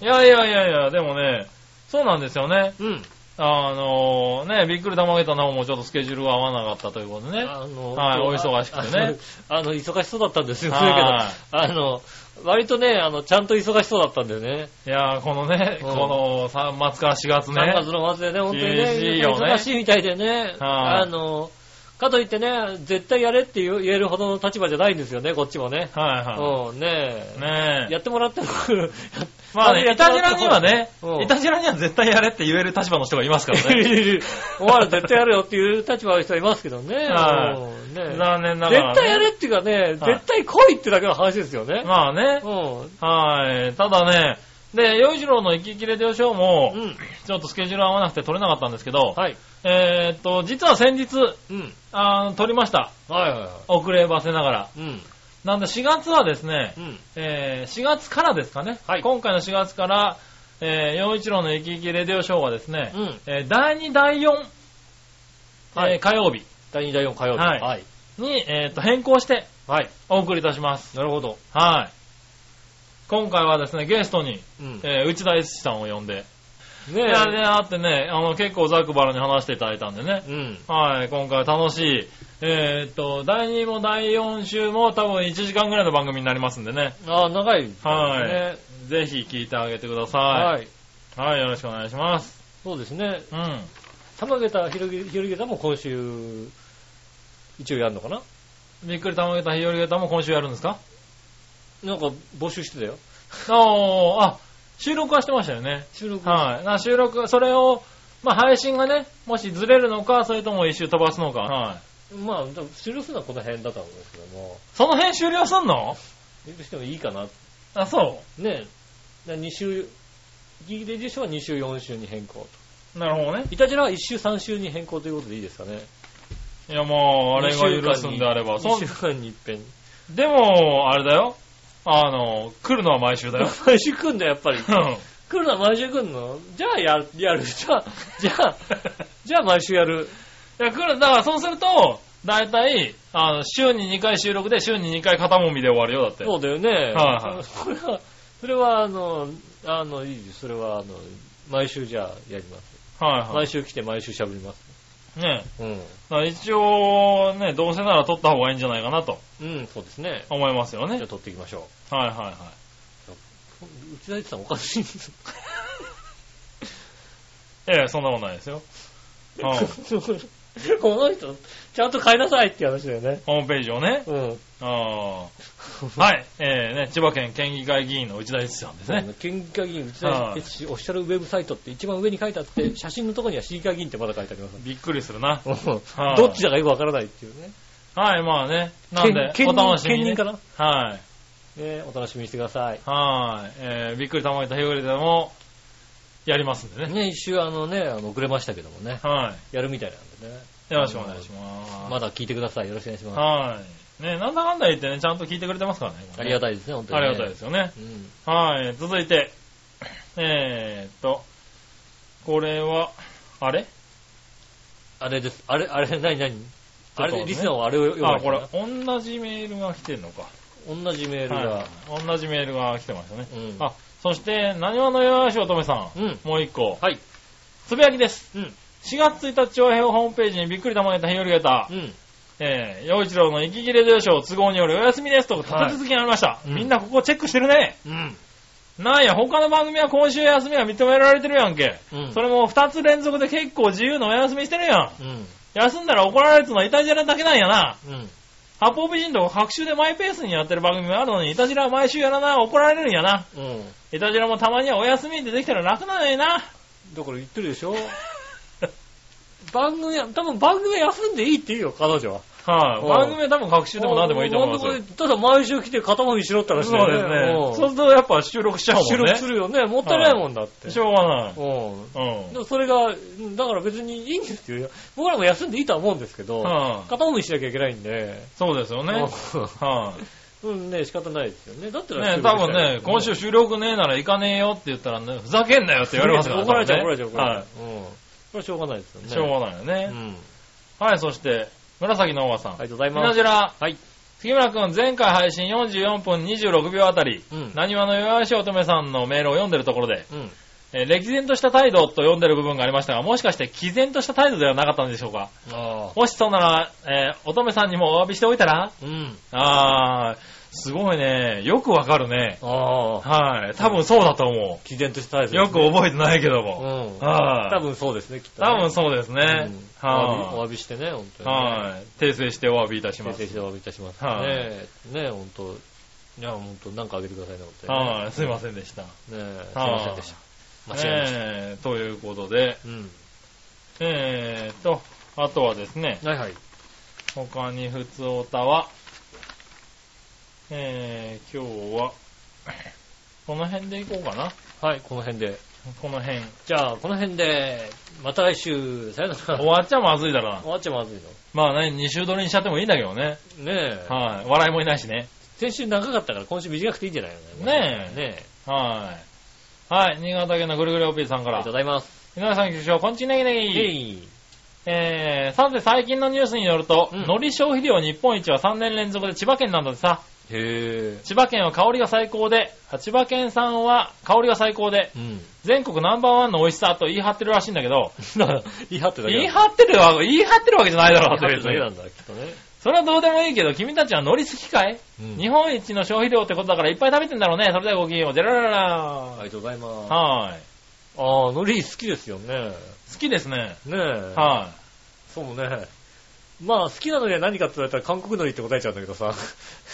え。いやいやいやいや、でもね、そうなんですよね。うん。あのね、びっくり玉げたの方もちょっとスケジュールが合わなかったということでね。あのはい今日お忙しくてねあの、あの忙しそうだったんですよ。はだけど、あの、割とね、あの、ちゃんと忙しそうだったんだよね。いやー、このね、うんこの3月から4月3月ね。の末でね、本当に厳しいよねね、忙しいみたいでね、はいあの、かといってね、絶対やれって言う言えるほどの立場じゃないんですよね、こっちもね。はいはうん、ねい。ねえ。やってもらっても、やまあね、いたじらには、ねう、んいたじらには絶対やれって言える立場の人がいますか らいね。るいる お前ら絶対やるよっていう立場の人いますけどね。はいうんね残念なが絶ら、ね。対やれっていうかね、絶対来いってだけの話ですよね。まあね。うん。はい。ただね、で、洋一郎の行き切れでショーもう、ん。ちょっとスケジュール合わなくて撮れなかったんですけど、はい。えーっと、実は先日、うん。あー撮りました。はいはいは遅ればせながら。い。うん。なんで4月はですねう、ん。えー4月からですかね、はい今回の4月から、えー、洋一郎の生き生きレディオショーはですね、うん。えー第2、第4、はえーい火曜日第2、第4火曜日。はいはい。に、えーと変更してはい。お送りいたします。なるほど。はい。今回はですね、ゲストに、うん。ねえー内田悦司さんを呼んで、えいやいやあってね、あの、結構ザクバラに話していただいたんでね、うん。はい、今回は楽しい、えーっと、第2も第4週も多分1時間ぐらいの番組になりますんでね、ああ、長いですね。はい。ぜひ聞いてあげてくださ。はいい。はい、よろしくお願いします。そうですね。うん。玉桁ひろげ、ひろげたも今週、一応やるのかなびっくりたまげた日和げたも今週やるんですかなんか募集してたよ。おー、あ、収録はしてましたよね。収録。はい。な収録、それを、まあ配信がね、もしずれるのか、それとも一周飛ばすのか。はい。まあ、多分収録するのはこの辺だと思うんですけども、その辺終了すんの収録してもいいかな。あ、そねえ。2週、ギリレディショーは2週、4週に変更と。う。なるほどね。イタジラは1週、3週に変更ということでいいですかね。いや、もう、あれが許すんであれば。そ2ん週間に一遍。でも、あれだよ。あの、来るの は毎週だよ。毎週来んのやっ ぱり。うん来るのは毎週来んのじゃあやる、やる。じゃあ、じゃあ、じゃあ毎週やる。いや、来る、だからそうすると、だいたい、あの、週に2回収録で、週に2回肩もみで終わるよ、だって。そうだよね。はいはいそれは、それはあの、あの、いいです。それはあの、毎週じゃあやります。はいは毎週来て毎週喋ります。い。ねうん。だから一応、ね、どうせなら撮った方がいいんじゃないかなとうん、そうですね。思いますよじゃねあ。取っていきましょはいはいはう。内田さんおかしいんです い。ええ、そんなことないですよ。うんこの人、ちゃんと変えなさいって話だよね。ホームページをね。うん。あーはい。ええね、千葉県県議会議員の内田一さんですね。県議会議員、うちのはいオフィシャルウェブサイトって一番上に書いてあって、写真のとこには市議会議員ってまだ書いてあります。びっくりするな。は いどっちだかよくわからないっていうね。はい、まあね。 なんで、兼兼任お楽しみに、兼任かなはい。ねお楽しみにしてください。はい。えー、びっくりたまげた日暮れでも、やりますんでね。ね、一周あのね、あの遅れましたけどもね、はやるみたいなんでね。い。よろしくお願いします。まだ聞いてください。よろしくお願いします。はい。ね、なんだかんだ言ってね、ちゃんと聞いてくれてますからね。ありがたたいですね、本当あに、ね。。りがたいですすよね。うん。はい。続いて、えーっと、これは、あれあれです。あれ、あれ、なになにあれちょっとねで、リスナーはあれを読あ、むこれ、同じメールが来てるのか。同じメールが。はい。同じメールが来てましたね。うんあ、そして、何話のよしおとめさん。うんもう一個。はい。つぶやきです。うん。 4月1日、和平ホームページにびっくり玉ネタ日和がた。うん。えー、洋一郎の息切れ上昇都合によりお休みですと立て続けにありました、うんみんなここチェックしてるね。うん。なんや、他の番組は今週休みが認められてるやんけ。うんそれも2つ連続で結構自由なお休みしてるやん。うん。休んだら怒られるつのはイタジェラだけなんやな。うん。八方美人と白州でマイペースにやってる番組もあるのに、イタジェラは毎週やらな、怒られるんやな。うん。イタジェラもたまにはお休みってできたら楽なのにな。だから言ってるでしょ 番組は、多分番組は休んでいいって言うよ、彼女は。はい、うん番組は多分学習でも何でもいいと思いますよ。すただ毎週来て肩もみしろって話そだようですね。うそうんするとやっぱ収録しちゃうもんね。収録するよね。もったいないもんだって。しょうがない。うん。うん。でもそれが、うんだから別にいいんですよ。僕らも休んでいいとは思うんですけど、はあ片思いしなきゃいけないんで、そうですよね。はい、 うんね、仕方ないですよね。だったらね多分ね、今っ週収録ねえなら行かねえよって言ったらね、ふざけんなよって言われますからね。 怒られちゃう、多怒ら分れねちゃう、怒られちゃう。うん。これはしょうがないですよね。はい。しょうがないようね。ん。はい、そして、紫のおばさん。ありがとうございみまなすじ。ら、はい。杉村くん、前回配信44分26秒あたり、うんなにわの岩橋乙女さんのメールを読んでるところで、うん。えー歴然とした態度と読んでる部分がありましたが、もしかして毅然とした態度ではなかったんでしょうかああ。もしそうなら、えー乙女さんにもお詫びしておいたらうん。あー、すごいね。よくわかるね。ああ。はい。多分そうだと思毅然としたタイプう。よく覚えてないけども。うん。はい。多分そうですね、きっとね。多分そうですね。うんおは詫びお詫びしてね、本当い。にね。はい。訂正してお詫びいたしま訂正す。してお詫びいたします。はいねえ、ねえ、ほんと。いや、ほんと、なんかあげてくださいね、ほんとにね。はい。すいませんでした。ねえ、すいはいませんでした。間違えました。えーということで、うん。えーと、あとはですね、はいはい。他に普通おたは、えー、今日は、この辺でいこうかな。はい、この辺で。この辺。じゃあ、この辺で、また来週、さよなら。終わっちゃまずいだろな。終わっちゃまずいまあね、2週撮りにしちゃってもいいんだけどね。の。ねえ。はい。笑いもいないしね。先週長かったから、今週短くていいんじゃないのねえねはい。はい。新潟県のぐるぐるおぴーさんえ。かあらりがとうご。ざいます。皆さん、局長、こんちねぎねぎ。い。えー、さて最近のニュースによると、うん海苔消費量日本一は3年連続で千葉県なんだってさ。へえ。千葉県は香りが最高で、あ千葉県産は香りが最高で、うん。全国ナンバーワンの美味しさと言い張ってるらしいんだけ ど、だから、言い張ってだけ言い張ってるわ、言い張ってるわけじゃないだろうって言い張っ別に。て るだけなんだ、きっとね。それはどうでもいいけど、君たちは海苔好きかい、うん日本一の消費量ってことだからいっぱい食べてんだろうね。それではごきげんよう。ジェラララありがとうございます。あはーい。あー、海苔好きですよね。好きですね。ねえ。はそうね。まあ、好きなのには何かって言われたら韓国海苔って答えちゃうんだけどさ。い。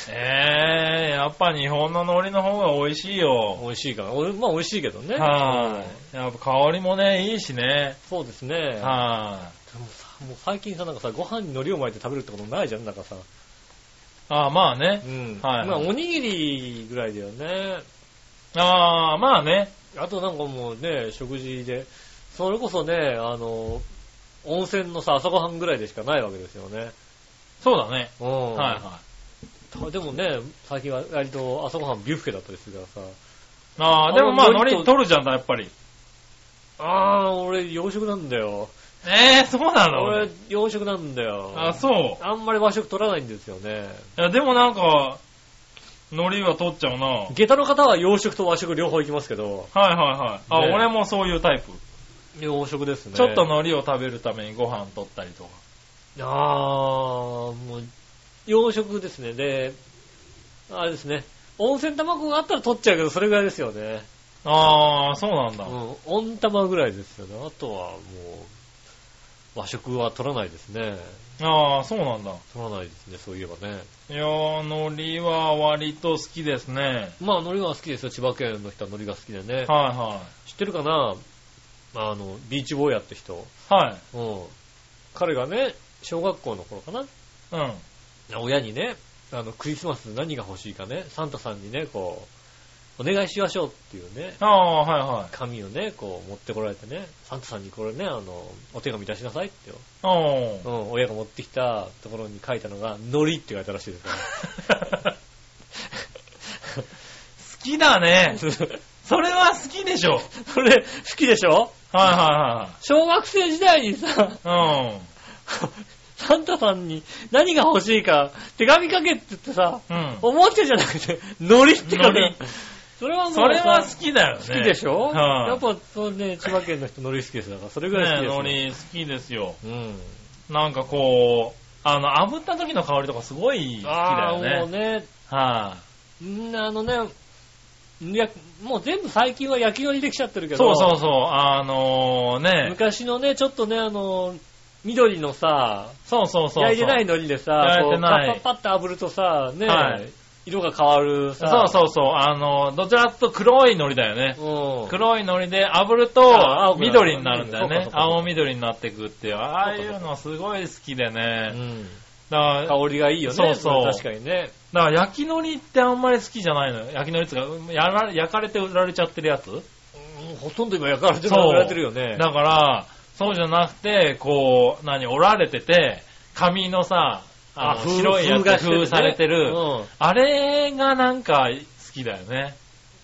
えー、やっぱ日本の海苔の方が美味しいよ。美味しいから。おいまあ、美味しいけどね。はうんーい。やっぱ香りもね、いいしね。そうですね。はーい。でもさ、もう最近さ、なんかさ、ご飯に海苔を巻いて食べるってことないじゃん、なんかさ。あーまあねう。ん。はいまあ、おにぎりぐらいだよね。あーまあね。あとなんかもうね、食事で、それこそね、あの、温泉のさ、朝ごはんぐらいでしかないわけですよね。そうだね。うん。はいはい。たでもね、最近は割と朝ごはんビュッフェだったりするからさ。ああ、でもまああの海苔海苔と取るじゃんだ、やっぱり。あー、俺、洋食なんだよ。ええー、そうなの俺、洋食なんだよ。あ、そう。あんまり和食取らないんですよね。いや、でもなんか、海苔は取っちゃうな。はい下駄の方は洋食と和食両方行きますけど、はいはい。あ、ね俺もそういうタイプ。洋食ですね。ちょっと海苔を食べるためにご飯取ったりとか。あー、もう、洋食ですね。で、あれですね。温泉卵があったら取っちゃうけど、それぐらいですよね。ああ、そうなんうだ。ん。温玉ぐらいですよね。あとはもう、和食は取らないですね。ああ、そうなんだ。取らないですね、そういえばね。いやー、海苔は割と好きですね。まあ、海苔は好きですよ。千葉県の人は海苔が好きでね。は知ってるかなあの、ビーチ坊やって人。いはい。はい。うん。彼がね、小学校の頃かなうん。親にね、あの、クリスマス何が欲しいかね、サンタさんにね、こう、お願いしましょうっていうね、ああ、はいはい。紙をね、こう持ってこられてね、サンタさんにこれね、あの、お手紙出しなさいってよ、おーうん、親が持ってきたところに書いたのが、ノリって書いたらしいですから。好きだね。それは好きでしょ。 それ、好きでしょは小学生時代にさ、いはいはい。サンタさんに何が欲しいか手紙書けって言ってさ、うん。うん。思ってじゃなくて、ノリって書ノけリ。それはもうさそれは好きだよね。好きでしょ、はいやっぱそうね、千葉県の人ノリ好きですだから、それぐらいねえ、好きです、のり好きですよ。うん。なんかこう、あの、炙った時の香りとかすごい好きだあよあ、ね。もうね、はんあのね、いや、もう全部最近は焼きのりできちゃってるけい。ど、そうそうそう、あのね、昔のね、ちょっとね、あの、緑のさ、そうそうそうそう。焼いてない海苔でさ、焼いこてうないパッパッパッて炙るとさ、ね、はい色が変わるさ、そうそうそう、あのどちらかというと黒い海苔だよね。うん。黒い海苔で炙るあと青くなる緑になるんだよそうかねそう。か青緑になってくっていう、ああいうのすごい好きでうね。んだから香りがいいよね。そうそう確かにね。だから焼き海苔ってあんまり好きじゃないのよ。焼き海苔っていうかやら焼かれて売られちゃってるやつうんほとんど今焼かれてるそう焼かれてるよね。だから、そうじゃなくて、こう、何、折られてて、紙のさ、あの風白いやつ風がしてるね風されてる、うんあれがなんか好きだよね。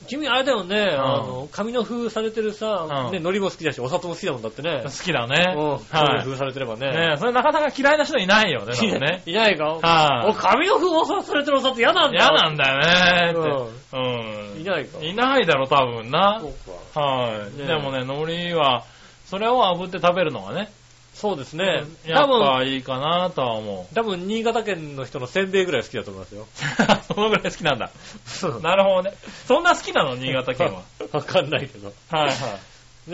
君あれだよね、あの、紙の風されてるさ、うんね、海苔も好きだし、お砂糖も好きだもんだってね好。きだうね。ん。紙はの風されてればい。ね。ねそれなかなか嫌いな人いないよね、多分ね。 いないかはお紙の風をされてるお砂糖嫌 なんい。だ嫌なんだよねって。ううんん。いないかいないだろ、多分なそ。うか。はい。ねでもね、海苔は、それを炙って食べるのがね、そうですね。や多っ分、ぱいいかなとは思う。多分、新潟県の人のせんべいぐらい好きだと思いますよ。 そのぐらい好きなんだ。なるほどね。そんな好き なの、新潟県は。 わかんないけど。はいは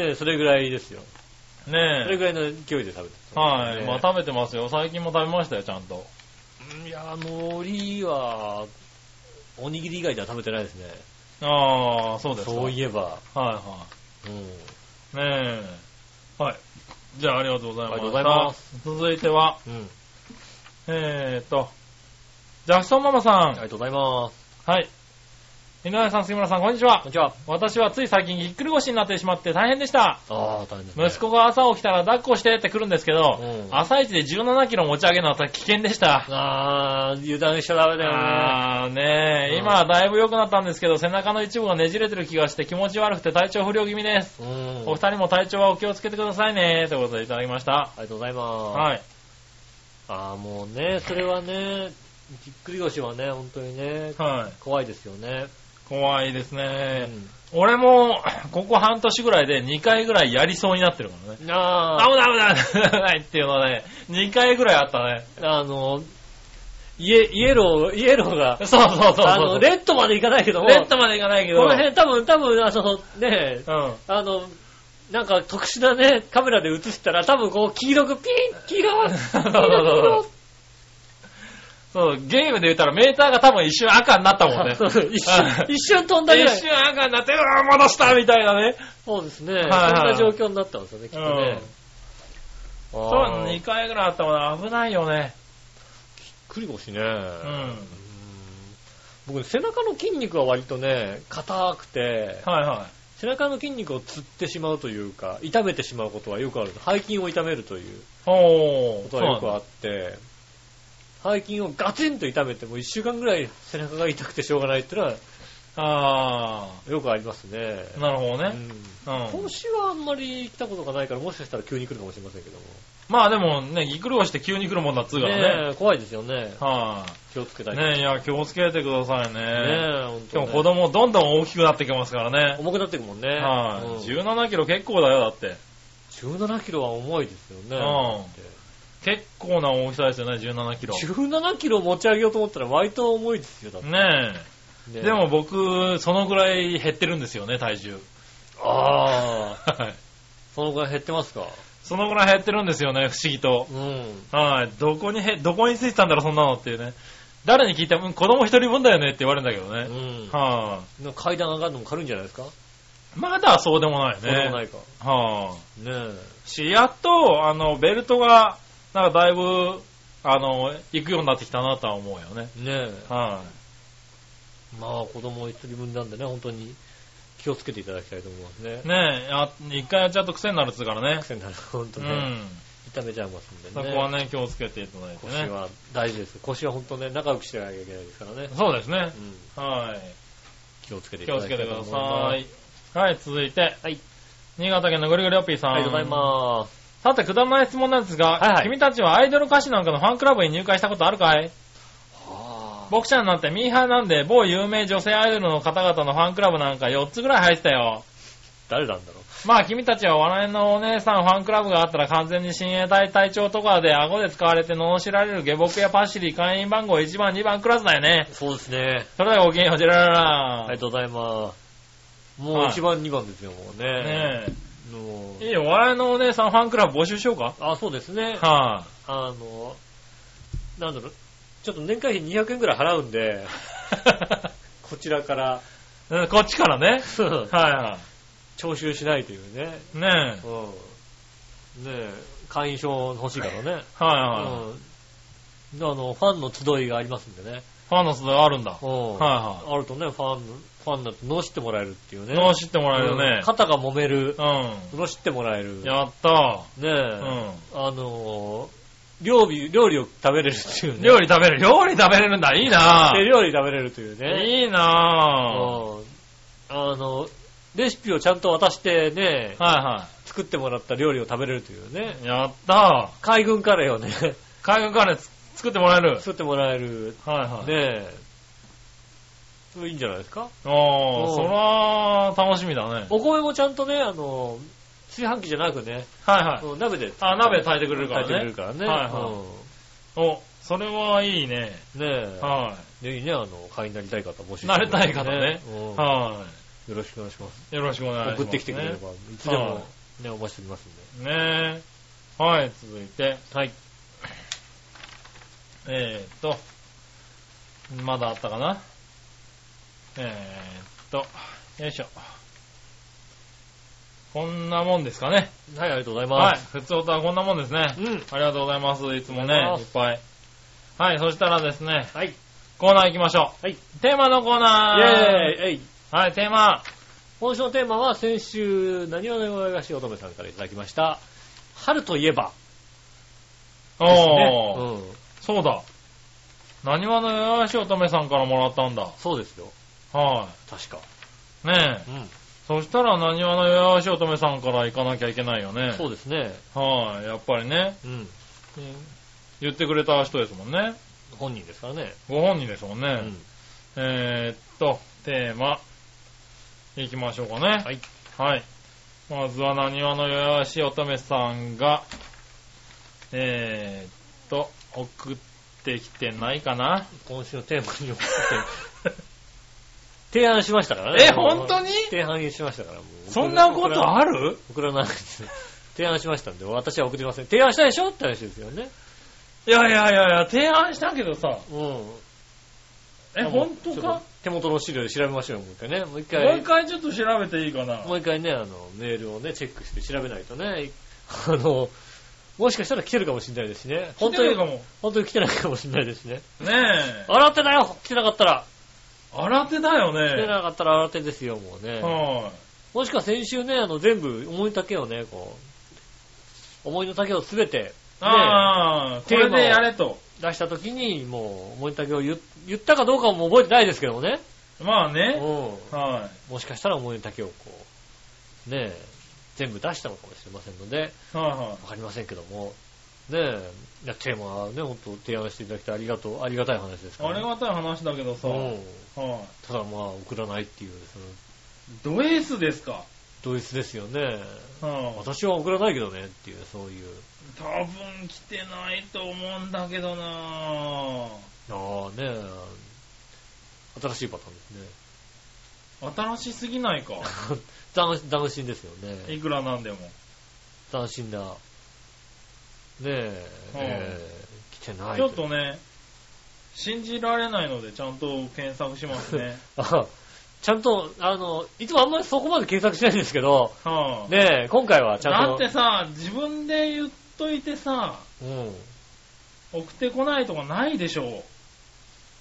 ねそれぐらいですよ。い。それねぐらいの勢いで食べてるえ。はい。ねまあ食べてますよ。最近も食べましたよ、ちゃんと。いや、海苔は、おにぎり以外では食べてないですね。ああ、そうですか。そういえば。はいはうん。い。ねえ。はい。じゃあ、ありがとうございまあす。。りがとうございます続いては、うん。えーっと、ジャクソンママさありん。がとうございます。はい。井上さん、杉村さん、こんにちはこん。にちは。私はつい最近ぎっくり腰になってしまって大変でした。ああ、大変です、ね。息子が朝起きたら抱っこしてって来るんですけど、うん朝一で17キロ持ち上げるのは危険でした。ああ、油断しちゃダメだよね。あーねうんえ、今はだいぶ良くなったんですけど、背中の一部がねじれてる気がして気持ち悪くて体調不良気味です。うん。お二人も体調はお気をつけてくださいね、ということでいただきました。ありがとうございます。はい。ああ、もうね、それはね、ぎっくり腰はね、本当にね、はい。怖いですよね。怖いですうね。ん俺も、ここ半年ぐらいで2回ぐらいやりそうになってるからね。ああ、あ、危ない危ない危ないっていうのはね、2回ぐらいあったね。あの、イエイエロー、イエローが、そうそうそうそう。あの、レッドまでいかないけども、レッドまでいかないけど。この辺多分、多分、あの、ね、うん。あの、なんか特殊なね、カメラで映したら多分こう黄色くピン、黄色、黄色、黄色そう、ゲームで言ったらメーターが多分一瞬赤になったもんね。そう一瞬、うん一瞬飛んだぐ一らい。瞬赤になって、うわ、戻したみたいなね。そうですね。そんはいな状況になったんですよね、きっとね。そうあー2回ぐらいあったもんね危ないよね。ぎっくり腰ね。うん。僕ね、背中の筋肉は割とね、硬くて、はいは背中の筋肉をつってしまうというか、痛めてしまうことはよくある。背筋を痛めるというい。おこー。とはよくあって、背筋をガチンと痛めても1週間ぐらい背中が痛くてしょうがないっていうのはあよくありますね。ー。なるほどね。うんうん。今週はあんまり来たことがないから、もしかしたら急に来るかもしれませんけども。まあでもね、ぎっくり腰して急に来るもんだっつうからね。ねえ怖いですよね。は気をつけたい。いでねす。いや、気をつけてくださいね。ねえ、ほんでともね子供どんどん大きくなってきますからね。重くなっていくもんね。はい。うん17キロ結構だよ、だって。 17キロは重いですよね。う結構な大きさですよね、17キロ。 17キロ持ち上げようと思ったら割と重いですよ、だってねえ。ねでも、僕、そのぐらい減ってるんですよね、体重。ああ、はい。そのぐらい減ってますか。そのぐらい減ってるんですよね、不思議と。うん。はい。どこにへ、どこについてたんだろう、そんなのっていうね。誰に聞いても、うん子供一人分だよねって言われるんだけどうね。ん。はでも階段上がるのも軽いんじゃないですかい。まだそうでもないそうでね。もないか。はねえ。い。し、やっと、あの、ベルトが、なんかだいぶ、あの、行くようになってきたなとは思うよね。ねえ。はまあ、子供一人分なんでね、本当に気をつけていただきたいと思いますね。ねえ、あ一回やっちゃうと癖になるっつうからね。癖になる、本当うね、ん。痛めちゃいますんでね。そこはね、気をつけていただいて腰ね。は大事です。腰は本当ね、仲良くしてあげなきゃいけないですからね。そうですねう。ん、は気をつけてい。い気たをだきつたけいてと思くいだます。さい。はい、続いて。はい。新潟県のぐりぐりおっぴーさん。ありがとうございます。す。さて、くだらない質問なんですが、はいはい君たちはアイドル歌手なんかのファンクラブに入会したことあるかいは僕ちゃんなんてミーハーなんで、某有名女性アイドルの方々のファンクラブなんか4つぐらい入ってたよ。誰なんだろう。まあ君たちはお笑いのお姉さんファンクラブがあったら完全に親衛隊隊長とかで顎で使われて罵られる下僕やパシリ会員番号1番2番クラスだよね。そうですね。それではごきげんよう、ジェラララありがとうございます。もうはい1番、2番ですよ、もうね。ねもうえ。いいよ、お笑いのお姉さんファンクラブ募集しようか。あ、そうですね。はあの、なんだろう、ちょっと年会費200円くらい払うんで、 こちらから、い、うんこっちからね。はいは徴収しないというね。い。ねえ。うん。ねえ、会員証欲しいからはいね。うはい。ん。あの、ファンの集いがありますんでね。ファンの数あるんだ。はうん。いはあるとね、ファン、ファンだと、のしてもらえるっていうい。ね。脳知ってもらえるうねん。肩が揉める、うのしってもらえる。ん。ねやったえ、ー。うん。あのー、料理、料理を食べれるっていうね。料理食べれる。料理食べれるんだ。いいな手料理食べれるというね。いいなぁ。うんあの、レシピをちゃんと渡してね、は作ってもらった料理を食べれるというねいは。い。やった海軍カレーをね、ー。海軍カレーつ作ってもらえる。作ってもらえる。はいはい。ねえ。いいんじゃないですかおうー、んそら、楽しみだね。お米もちゃんとね、あの、炊飯器じゃなくね、はいはい。うん鍋で。あ鍋で炊いてくれるからね炊いてくれるからね。はいはお、それはいいね。うんねはえ。ぜひね、あの、会員になりたい方募集してなりたい方ねうんい。はよろしくお願いします。い。よろしくお願いします。送ってきてくれれば、いつではもね、お待ちしておりますんで。ねえ。はい、続いて。はい。えーっと。まだあったかなえーっと。よいしょ。こんなもんですかね。はい、ありがとうございまはいす。。普通音はこんなもんですね。うん。ありがとうございます。いつもね、ありがとうございますいっぱい。はい、そしたらですね、はい。コーナー行きましょう。はいテーマのコーナーイェーイえいはい、テーマ今週のテーマは先週、何わの弱々しい乙女さんからいただきました。春といえば、おー、ですね。うん。そうだ。何わのよやし乙女さんからもらったんだ。そうですよ。は確か。い。ねえ。うん。そしたら何わのよやし乙女さんから行かなきゃいけないよね。そうですね。はい、やっぱりね。うん。言ってくれた人ですもんね。本人ですからね。ご本人ですもんね。うん。えーっと、テーマ、いきましょうかね。はい。はい。まずは、なにわのよやし乙女さんが、えーっと、送ってきてないかな。今週のテーマに送って、 提案しましたからね。え本当に提案しましたから、もう。そんなことるある送らないです。提案しましたんで、私は送りません。提案したでしょって話ですよね。いやいやいやいや、提案したけどさ。うん。え、本当ちょっかと手元の資料で調べましょうよ、もう一回ね。もう一も回。う一回ちょっと調べていいかな。もう一回ね、あの、メールをね、チェックして調べないとね、あの、もしかしたら来てるかもしれないですしね。本来当てにるか、も。本当に来てないかもしれないですしね。ねえ。洗ってだよ来てなかったら。新手だよ来てね。なかったら洗ってですよ、もうね。はもしか先週ね、あの、全部思いの丈をね、こう、思いの丈をすべて、い。ああ、こテーマれをでやれと。出した時に、もう、思いの丈を言言ったかどうかも覚えてないですけどもね。まあうんね。。はもしかしたら思いの丈をこう、ねえ、全部出したのかもしれませんので、い。はいはい。わかりませんけども、ねえ、いや、テーマはね、本当提案していただきたいありがとう、ありがたい話ですから、ありがたい話だけどさ。うんはい。ただまあ、送らないっていう、その、ドエースですか。同一ですよね。はい。私は送らないけどねっていう、そういう。多分来てないと思うんだけどなぁ。ああねえ、新しいパターンですね。新しすぎない か。斬斬新ですよね。いくらなんでも。斬新な。ねえ、うんええ来てない。ちょっと。ね、信じられないのでちゃんと検索します ね。あちゃんと、あの、いつもあんまりそこまで検索しないんですけど、はぁ、ねえ、今回はちゃだんっと。てさ、自分で言っといてさ、うん。送ってこないとかないでしょ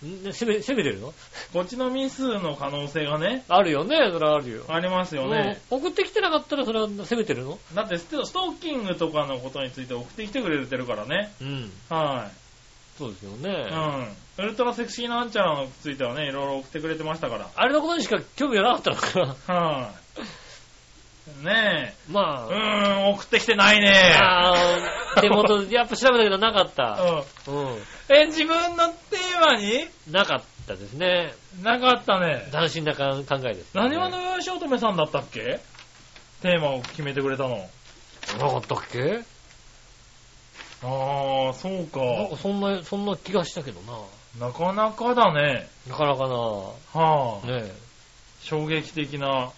ん攻め、攻めてるのこっちのミスの可能性がね、あるよね、それはあるよ。ありますよね。うん送ってきてなかったらそれは攻めてるのだってストストッキングとかのことについて送ってきてくれてるからね。うん。はそうですよい。ね。うん。ウルトラセクシーなんちゃらについてはね、いろいろ送ってくれてましたから。あれのことにしか興味がなかったのかな。はい。ねえ。まうあ、ーん、送ってきてないね。あー手元 でやっぱ調べたけどなかった。う。うんえ、自分のテーマにん。なかったですね。なかったね。斬新なか考えです、ね。何話なのよしおとめさんだったっけテーマを決めてくれたの。かったっけあー、そうなんかか。そんな、そんな気がしたけどな。なかなかだね。なかなかなはあ、ね衝撃的な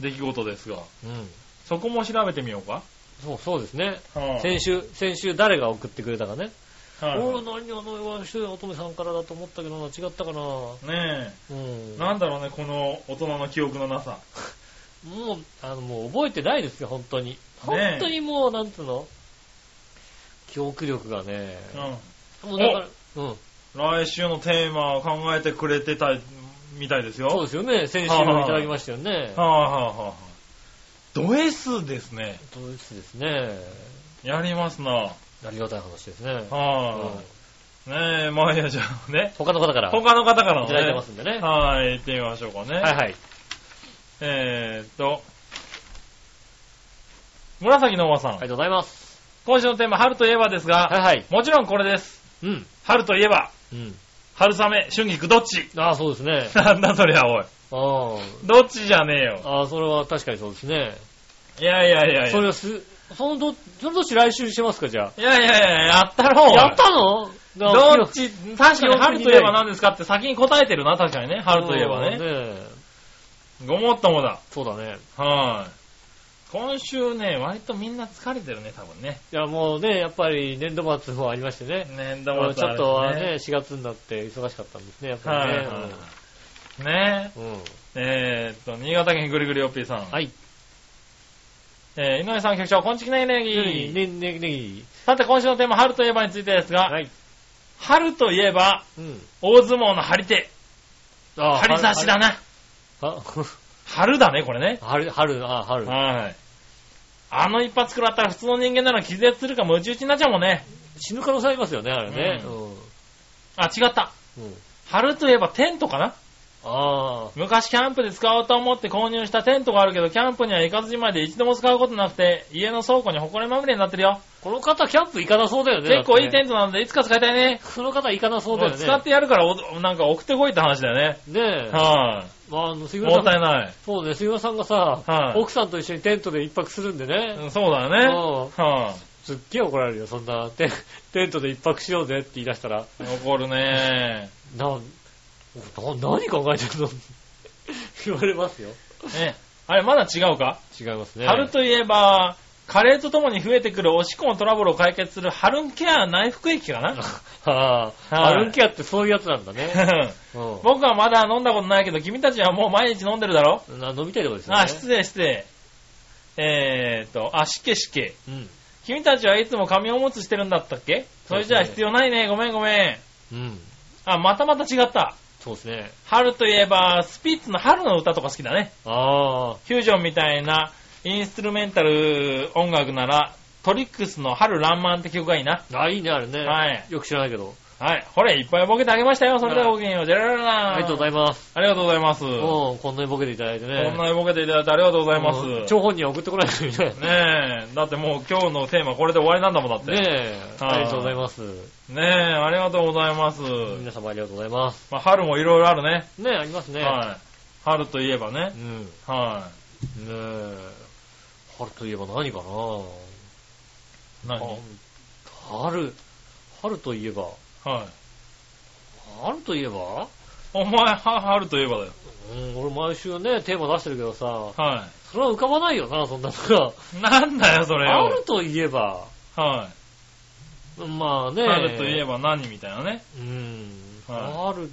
出来事ですが。え。うん。そこも調べてみようか。そう、そうですね。は先週、先週誰が送ってくれたかね。あはいおー何あの、弱い人や乙女さんからだと思ったけどな、違ったかな。ねうん。え、なんだろうね、この大人の記憶のなさ。もう、あの、もう覚えてないですよ、本当に。本当にもう、なんつうの記憶力がね。うもうだから、うん。ん。来週のテーマを考えてくれてたみたいですよ。そうですよね。先週もいただきましたよね。はいはいはいはい。ド S ですね。ドイツですね。やりますな。ありがたい話ですね。うんはあ。ねえ、まあいいや、じゃあね。他の方からい他の方からのね。ただいてますんでね。ははい、行ってみましょうかね。いはい。えーっと。紫のおばさん。ありがとうございます。今週のテーマ、春といえばですが、はいはい。もちろんこれです。うん。春といえば、うん。春雨、春菊、どっち ああ、そうですね。なんだそりゃ、おい。ああ。どっちじゃねえよ。ああ、それは確かにそうですね。いやいやいやいそや。れをす、そのど、そのどっち来週してますか、じゃいやいやいや、やったろあ。おいやったのどっち、確かに春といえばな何ですかって先に答えてるな、確かにね。春といえばね。ね。ごもっともだ。そうだね。はい。今週ね、割とみんな疲れてるね、多分ね。いや、もうね、やっぱり年度末もありましてね。年あ度のち末ょあっるしとはね、4月になって忙しかったんですね、やっぱりね。はい。ねうん。うんえーっと、新潟県ぐるぐるおっぴーさん。はい。えー井上さん局長、こんちきねねねぎ。ねねねぎ。さて、今週のテーマ、春といえばについてですが、はい。春といえば、うん。大相撲の張り手。あ張り差しだ。な。あ 春だね、これね。春、春、あ、春。はい。あの一発食らったら普通の人間なら気絶するかむち打ちになっちゃうもんね。死ぬ可能性ありますよね、あれね。う。うんあ、違った。うん。春といえばテントかなあ昔キャンプで使おうと思って購入したテントがあるけど、キャンプには行かずじまいで一度も使うことなくて、家の倉庫に埃まみれになってるよ。ーこの方、キャンプ行かなそうだよね。結構いいテンントなので、いつか使いたいね。その方行かなそうだよもね。う使ってやるからお、なんか送ってこいって話だよね。ねえ。はまあ、あの、い、杉も村ったさん。いない。そうね、杉村さんがさ、はい奥さんと一緒にテントで一泊するんでうね。んそうだよね。うんはすっげえ怒られるよ、そんな。テンテントで一泊しようぜって言い出したら。い、残るね。な、な何考えてるの 言われますよ。ねあれ、まだ違うか、違いますね。春といえば、加齢とともに増えてくるおしっこのトラブルを解決する春ケア内服液か なはあ、はい歩きやってそういうやつなんだね。うん。僕はまだ飲んだことないけど、君たちはもう毎日飲んでるだろな飲みたいとこですよね。あ、失礼失礼。えーっと、あ、しけしけ。うん。君たちはいつも紙おむつしてるんだったっけそれじゃあ必要ないね。ごめんごめん。うん。あ、またまた違った。そうですね。春といえば、スピッツの春の歌とか好きだね。ああ、フュージョンみたいなインストゥルメンタル音楽なら、トリックスの春爛漫って曲がいいな。あ、いいね、あれね。はい。よく知らないけど。はい。ほれ、いっぱいボケてあげましたよ。それでははいごきげんよう。じゃららららありがとうございます。ありがとうございます。こうん、こんなにボケていただいてね。んなにボケていただいてありがとうございます。うん張本人は送ってこないのにね。ねえ、だってもう今日のテーマこれで終わりなんだもんだって。ねえ、はいありがとうございます。ねえ、ありがとうございます。皆様ありがとうございます。まあ、春もいろいろあるね。ねえ、ありますね。はい。春といえばねう。ん。ねはえ、春といえば何かい。な何はい。あ春、春といえば、春といえばお前、は春といえばだよ。うん、俺毎週ね、テーマ出してるけどさ、はそれは浮かばないよな、そんなのい。なんだよ、それが。春よ。といえば、はまあい。ね。春といえば何みたいなね。うん。は春、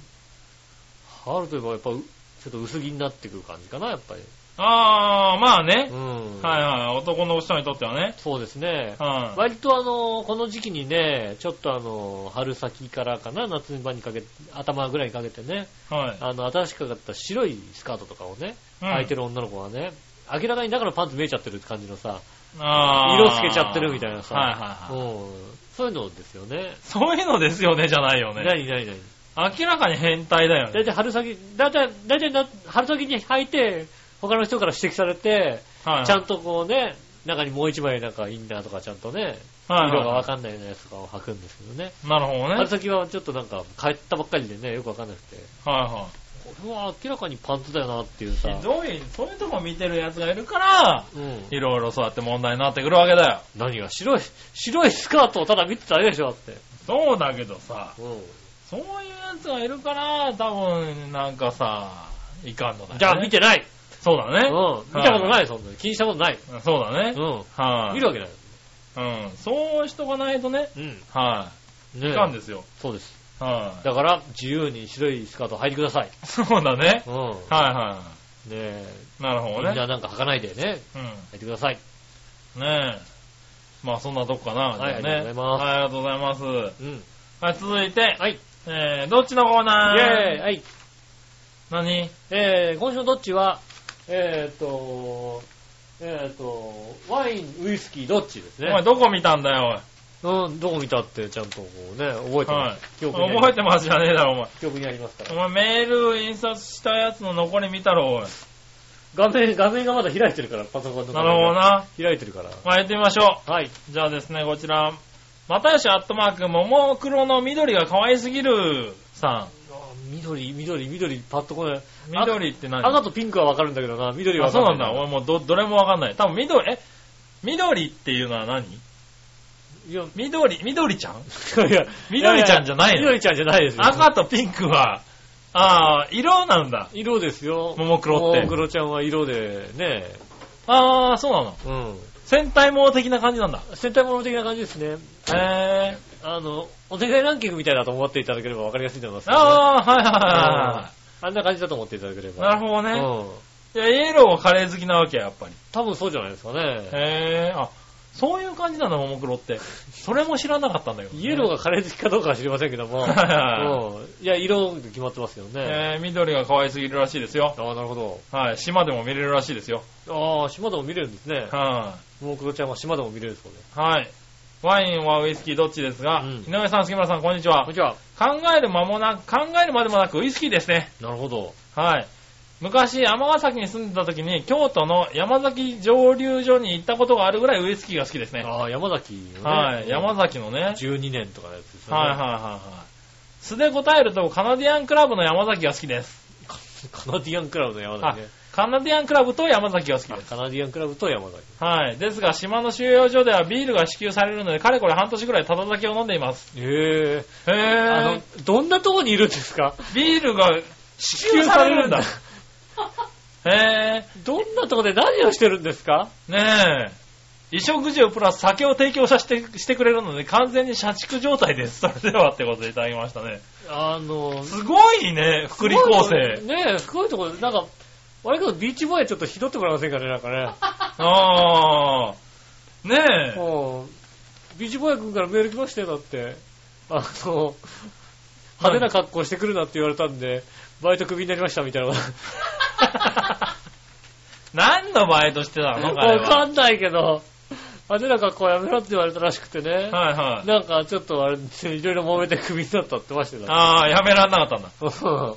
春といえばやっぱうちょっと薄着になってくる感じかな、やっぱり。ああ、まあねう。ん。はいはい。男の人にとってはね。そうですね。うん。割とあの、この時期にね、ちょっとあの、春先からかな、夏場にかけて、頭ぐらいにかけてね、はい。あの、新しく買った白いスカートとかをね、うん履いてる女の子はね、明らかにだからパンツ見えちゃってるって感じのさ、ああ。色つけちゃってるみたいなさ、はいはいはい。うんそういうのですよね。そういうのですよね、じゃないよね。何何何明らかに変態だよだいね。たい春先、だいたい、だいたいな春先に履いて、他の人から指摘されて、はい。ちゃんとこうね、中にもう一枚なんかインナーとかちゃんとね、はいはい色がわかんないようなやつとかを履くんですけどね。なるほどね。は春い先はちょっとなんか帰ったばっかりでね、よくわかんなくて、はこれは明らかにパンツだよなっていうさ、い。ひどい、そういうとこ見てるやつがいるから、うん、いろいろそうやって問題になってくるわけだよ。何が白い、 白いスカートをただ見てただけでしょだって。そうだけどさ、うそういうやつがいるから、多分、なんかさ、いかんのだよ、ね。ん。じゃあ見てない。そうだうね。ん。見たことない、そんなに。気にしたことない。そうだね。うはい、ん。見るわけない。うん。そうしとかないとね。うん。はねい。えいかんですよ。そうです。はい、だから、自由に白いスカートを履いてください。 そうだね。うん。ねはいはえ。い。なるみほんどねな。なんか履かないでね、う履いてください。ん。ねえ。まあそんなとこかな。はいじゃあねありがとうございますはい、ありがとうございます。うん。はい、続いて、はい。イえー、どっちのコーェーナーイはい。何えー、今週のどっちは、えーっと、えーっと、ワイン、ウイスキー、どっちですおね。前どこ見たんだよ、うん、どこ見たってちゃんとこうね、覚えおい。てまはす。い。記憶にありま覚えす。てますじゃねえだろ、お前。記憶にありますから。お前メール印刷したやつの残り見たろ、おい。画面、画面がまだ開いてるから、パソコンのな画るほど面が。な。開いてるから。まあ、やってみましょはい。う。じゃあですね、こちら。またよしアットマーク、ももクロの緑が可愛すぎるさ緑、緑、緑、パッとこない。ん。緑って何赤とピンクはわかるんだけどな、緑はあ、わかそうなんんない。だ。俺もうど、どれもわかんない。多分緑、え緑っていうのは何いや、緑、緑ちゃん いや、緑ちゃんじゃないの緑ちゃんじゃないですよ。赤とピンクは、ああ、色なんだ。色ですよ。ももクロってももクロちゃんは色で、ね、ああ、そうなの。うん。戦隊も的な感じなんだ。戦隊もの的な感じですね。へえ。あの、お手伝いランキングみたいだと思っていただければわかりやすいと思いますけどね、ああ、はいはいはあんな感じだと思っていただけれいはば。い。なるほどね。うん。いや、イエローはカレー好きなわけや、やっぱり。多分そうじゃないですかね。へえ。あ、そういう感じなんだ、ももクロって。それも知らなかったんだけどね。イエローがカレー好きかどうかは知りませんけども。 はいはいはうんいや、色で決まってますよね。えー、緑が可愛すぎるらしいですよ。ああ、なるほど。はい。島でも見れるらしいですよ。ああ、島でも見れるんですね。はもうクロちゃんは島でも見れるそうです。い。はい。ワインはウイスキーどっちですが、うん井上さん、杉村さん、こんにちこはんに。ちは。考える間もなく、考えるまでもなくウイスキーですね。なるほど。はい。昔、尼崎に住んでた時に、京都の山崎蒸留所に行ったことがあるぐらいウイスキーが好きですね。ああ、山崎のね。はい。山崎。崎のね。はい12年とかのやつですよはいね。はいはい。素で答えると、カナディアンクラブの山崎が好きです。カナディアンクラブの山あ崎ね。カナディアンクラブと山崎が好きあです。カナディアンクラブと山崎。はい。ですが、島の収容所ではビールが支給されるので、かれこれ半年ぐらいただ酒を飲んでいます。へえ。へあぇの、どんなとこにいるんですかビールが支給されるんだ。 へどんなとこで何をしてるんですかぇねえ。衣食住プラス酒を提供させてしてくれるので、完全に社畜状態です。それではってことでいただきましたね。あの、すごいね、福利厚生。ねえ、深いところ、なんか、あれけどビーチボーイちょっと拾ってもらえませんかね、なんかね。あー。ねえ。うんビーチボーイ君からメール来ましたよ、だって。あの、派手な格好してくるなって言われたんで、バイトクビになりましたみ たいな。何のバイトしてたの彼わかは。んないけど、派手な格好やめろって言われたらしくてね。はいはい。なんかちょっとあれ、いろいろ揉めてクビになったってましたよ。ああ、やめらんなかったんだ。うん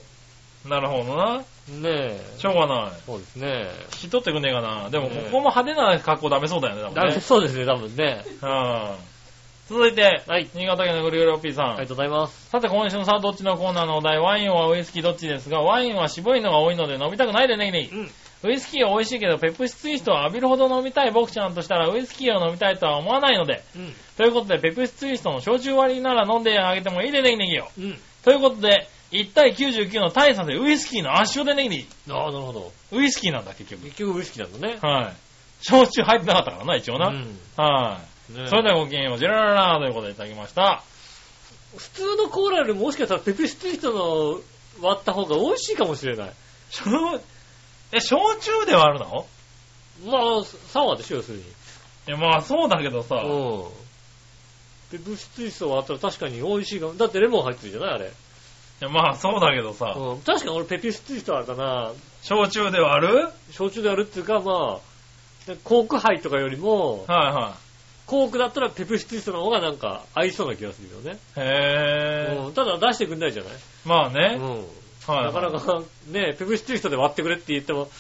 なるほどな。ねえ。しょうがない。そうですね。引き取ってくんねえかな。でも、こねえこも派手な格好ダメそうだよね、多だ分めね。 そうですね、多分ね。うん続いて、はい新潟県のグリグリオッピーさん。ありがとうございます。さて、今週のさあ、どっちのコーナーのお題、ワインはウイスキーどっちですが、ワインは渋いのが多いので飲みたくないでね、ネギネギウイスキーは美味しいけど、ペプシツイストを浴びるほど飲みたい僕ちゃんとしたら、ウイスキーを飲みたいとは思わないので、うん。ということで、ペプシツイストの焼酎割りなら飲んであげてもいいでねぎねぎよ。うん。ということで、1対99の大差でウイスキーの圧勝でねぎねああ、なるほど。ぎ。ウイスキーなんだ、結局。結局ウイスキーなんだね。はい。焼酎入ってなかったからな、一応な。うんはい、ねそれではごきげんよう、ジェラララということでいただきました。普通のコーラよりもしかしたらペプシツイストの割った方が美味しいかもしれない。焼え、焼酎ではあるのまあ、サワーでしょ、要するに。いや、まあそうだけどさ。うん。で、物質水素があったら確かに美味しいかも。だってレモン入ってるじゃないあれ。いや、まあそうだけどさ。うん。確かに俺ペピス水素あれだな。焼酎ではある焼酎でやるっていうか、まあ、でコーク杯とかよりも、はいはコークだったらペプシツイストの方がなんか合いそうな気がするよね。い。へえ。うん、ただ出してくんないじゃない、まあうね。ん、はいは。ないかなかね、ペプシツイストで割ってくれって言っても、ペ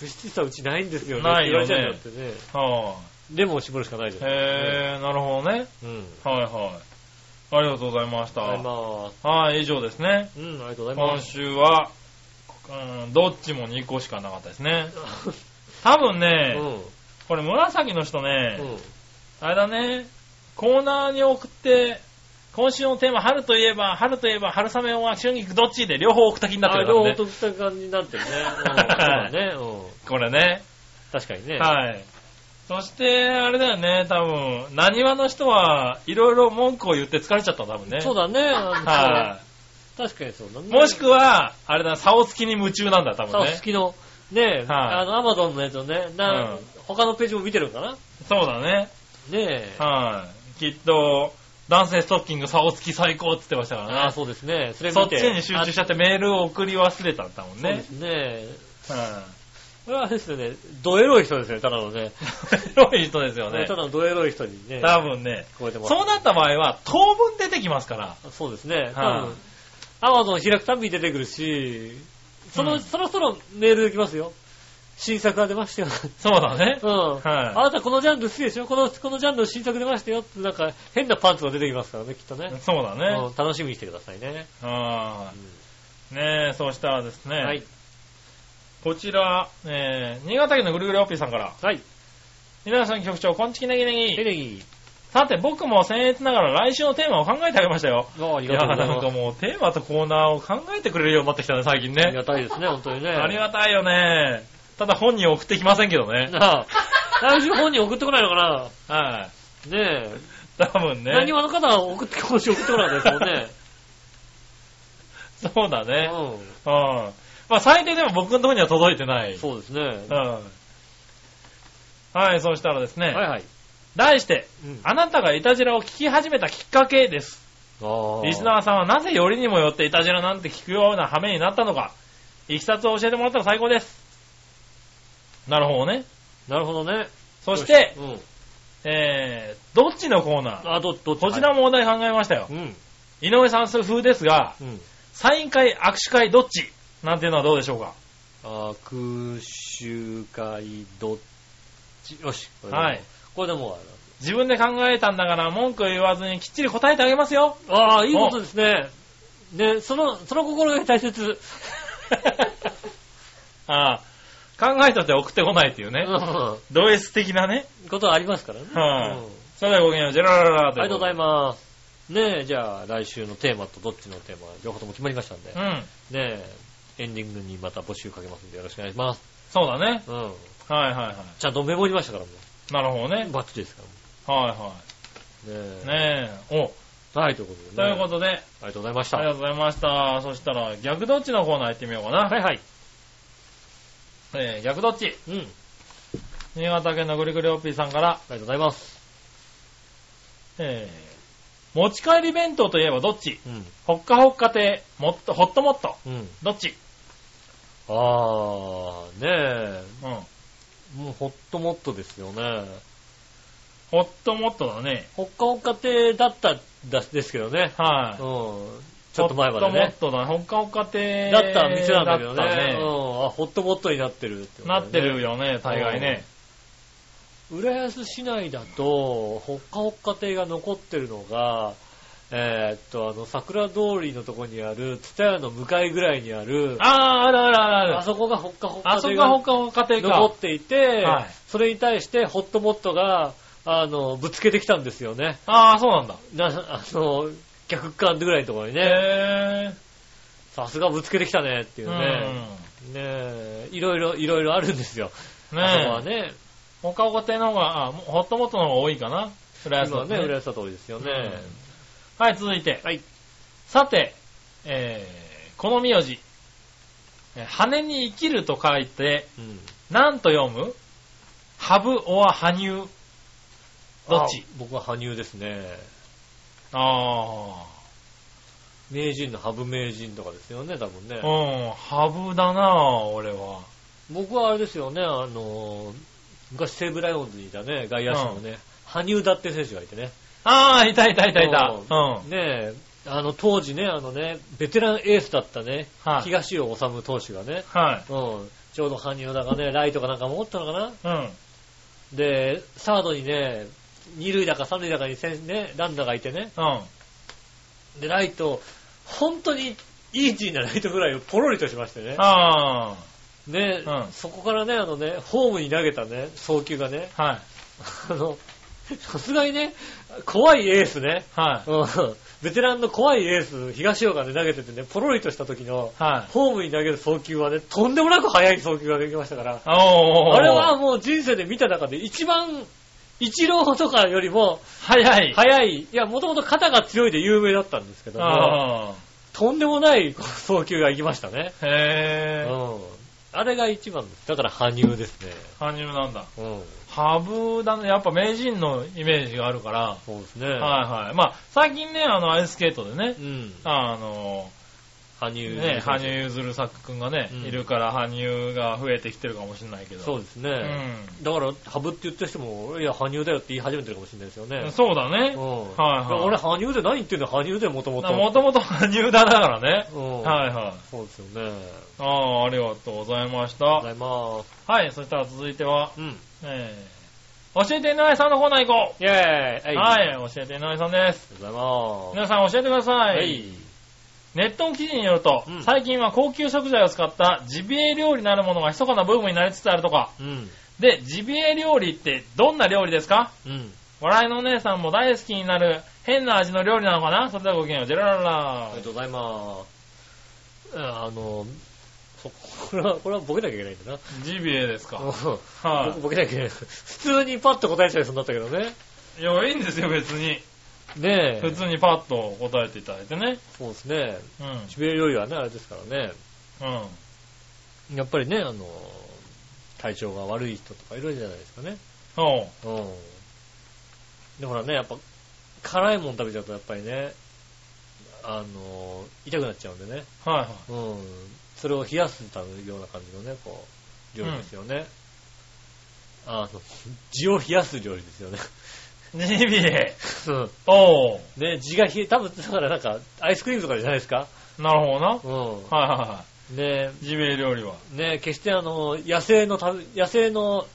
プシツイストはうちないんですよねっなてい言わよねれちゃうんだってね。はレモンを絞るしかないじゃあ。ないへえ、なるほどね。うん。はいはい。ありがとうございました。ありがとうございます。はい、以上ですね。うん、ありがとうございま今す。週は、うん、どっちも2個しかなかったですね。多分ね、うこれ紫の人ね、ん。うん。あれだね、コーナーに送って、今週のテーマ、春といえば、春といえば、春雨は春菊どっちで両方送った気になってあるれをからね。得した感じになってるね。うん、そうだね。うん。これね。確かに ね。はい。そして、あれだよね、多分、何話の人はいろいろ文句を言って疲れちゃった、多分ね。そうだ。だね。は確かにそうだね。い。もしくは、あれだ、竿つきに夢中なんだ、多さ分あ、ね好。きの、ねえ、はいあの、アマゾンのやつをね、なうん他のページも見てるのかなそうだね。ねえ。はい。きっと、男性ストッキング、竿つき最高って言ってましたからああ、ね。そうですね。それそ見っちて。に集中しちゃってメールを送り忘れたんだもんあそうでねす。ね。はこれはあれですよね、ドエロい人ですよね、ただ のね。い。エロい人ですよねた。だのドエロい人にね、多分ね。聞こえてます。そうなった場合は、当分出てきますから。そうですね。多は分、アマゾン開くたびに出てくるし、その、うんそろそろメールできますよ。新作が出ましたよ。そうだ ねう。ん。あはなたこのジャンル好きでしょこの、このジャンルの新作出ましたよって、なんか変なパンツが出てきますからね、きっとね。い。そうだね。うん楽しみにしてくださいね。はうんい。ねえ、そうしたらですね。はい。こちら、えー、新潟県のぐるぐるおっぴーさんから。はい。皆さん局長、こんちきねぎねぎ。テレビ、さて、僕も僭越ながら来週のテーマを考えてあげましたよ。あありいがや、とうござないんますか。もうテーマとコーナーを考えてくれるようになってきたね、最近ありね。がたいですね、本当にね。ありがたいよね。ただ本人送ってきませんけどね。なあ、来週本人送ってこないのかなはい。ねえ。多分ね。 何話の方は送って、今週送ってこないですもんね。そうだね。ううん。まあ最低でも僕のところには届いてない。ん。 そうですね。うん。はい、そうしたらですね。はいはい。題して、うんあなたがイタジラを聞き始めたきっかけです。あリスナーさんはなぜよりにもよってイタジラなんて聞くような羽目になったのか、いきさつを教えてもらったら最高です。なるほどね。なるほどね。そして、うん。えー、どっちのコーナーあ、ど、ど、こちらも。もお題考えましたよう。ん。井上さん風ですが、うん。サイン会、握手会、どっちなんていうのはどうでしょうかあ、空襲会、どっち、よし。これでもはい。。これでもう自分で考えたんだから文句言わずにきっちり答えてあげます よ。あれだ、ああ、いいことですね。ね、その、その 心が大切。ああ考えとって送ってこないっていうね。うド S 的なね。ん。ことはありますからね。はいうんそれではごきげんよう、ジェララララありがとうございまます。ねえ、じゃあ来週のテーマとどっちのテーマ、両方とも決まりましたんで、ねうん。え、エンディングにまた募集かけますんでよろしくお願いします。そうだね。うん。はいはいはちゃんとメモりましたからもい。なるほどねう。。バッチリですかはらもう。ねいはい。え。ねえ。お、はい、ということで、とね。いうことで、ありがとうございました。ありがはとうございました。そしたら、逆どっちのコーナー行ってみようかな。いはい。えー、逆どっち。うん。あり新潟県のぐりぐりおっぴーさんから、がとうございます。えー、持ち帰り弁当といえばどっちうん。ほっかほっか亭、もっと、ほっともっと、うん。どっちあー、ねうん。え、もうほっともっとですよね。ほっともっとだね。ほっかほっか亭だったんだですけどね。はうん。い。ちょっと前までね。ほっともっとだね。ほっかほっか亭だった店なんだけどね。だったうん。あ、ホットボットになってるってことだなよね、ってるよね、大概ね。浦安市内だと、ほっかほっか亭が残ってるのが、えーっと、あの、桜通りのとこにある、つたやの向かいぐらいにある、あー、あるあるあるあある。そこがほっかほっあかそ亭こがほっがかほっか亭残かっ。ていてはい、それに対してホットモットが、あの、ぶつけてきたんですよね。あー、そうなんだ。な、あの、逆間ぐらいのところにね、へさすがぶつけてきたねっていー。ううね、ねえいろいろ、いろいろあるんですよ。ん。あそこはねえ。ね、ほっかほっか亭の方が、あ、もほっともっとの方が多いかな。浦安今はのね、ね。浦安だと多いですよね。はい、続いて。はい。さて、えー、この名字。え羽に生きると書いて、うん。なんと読むハブオア羽生。どっちあ僕は羽生ですね。あ名人の羽生名人とかですよね、多分ねあ。。うん、ハブだな俺は。僕はあれですよね、あのー、昔西武ライオンズにいたね、外野手のね、羽生田って選手がいてね。ああ、いたいたいたいた。そううん。はねえ、あの当時ね、あのね、ベテランエースだったね、はい東尾治投手がね、い。うん、ちょうど羽生田がね、ライトかなんか持ったのかなうん。で、サードにね、二塁だか三塁だかにせんね、ランナーがいてね、うん。で、ライト、本当にイージーなライトフライをポロリとしましてね、あね、うんそこからね、あのね、ホームに投げたね、送球がね、あ、はい。あの、さすがにね、怖いエースね、はい。うん、ベテランの怖いエース、東岡で投げててね、ポロリとした時の、はい。ホームに投げる送球はね、とんでもなく速い送球ができましたから、おーあれは、もう人生で見た中で一番、一郎とかよりも早い。速い、いや、もともと肩が強いで有名だったんですけども、ああ。とんでもない送球が行きましたね。うへえ。ん。あれが一番です。だから羽生ですね。羽生なんだ。うん。ハブだね。やっぱ名人のイメージがあるから。そうですね。はいはい。まあ、最近ね、あの、アイススケートでねう、ん。あの、羽生ねね、羽生結弦作くんがねうん、いるから羽生が増えてきてるかもしれないけど。そううですね。だから、羽生って言ってる人も、いや、羽生だよって言い始めてるかもしれないですよん。ね。そうだうね。ん。はいはい俺、羽生で何言ってんだよ、羽生でもともと。もともと羽生だからね。うん。はいはい。そうですよね。ああ、ありがとうございましありた。がとうございまはい、そしたら続いては、す。うん。えー、教えて井上さんのコーナー行こイェう。ーイはい。はありい、教えて井上さんです。がとうござい皆まさん教えてくださす。い。ネットの記事によると、うん最近は高級食材を使ったジビエ料理なるものが密かなブームになりつつあるとか。うん。で、ジビエ料理ってどんな料理ですかうん。笑いのお姉さんも大好きになる変な味の料理なのかなそれではごきげんよう。ジェララあラりがとうございます。うんあの、そ これは、これはボケなきゃいけないんだな。ジビエですか。うんは僕ボケなきゃいけない。普通にパッと答えちゃいそうになったけどね。い。いや、いいんですよ、別に。ねえ普。通にパッと答えていただいてね。そうですね。うん。ジビエ料理はね、あれですからね。うん。やっぱりね、あの、体調が悪い人とかいるんじゃないですかね。おう。うん。で、ほらね、やっぱ、辛いもん食べちゃうとやっぱりね、あの、痛くなっちゃうんでね。はいはい。うん。それを冷やすためような感じのね、こう、料理ですよね。あの、地を冷やす料理ですよね。ジビエ。うんおう。ね、地が冷え、多分、だからなんか、アイスクリームとかじゃないですかなるほどな。うはいはいはん。ね、い。ジビエ料理は。ね、決してあの、野生の食べ、野生の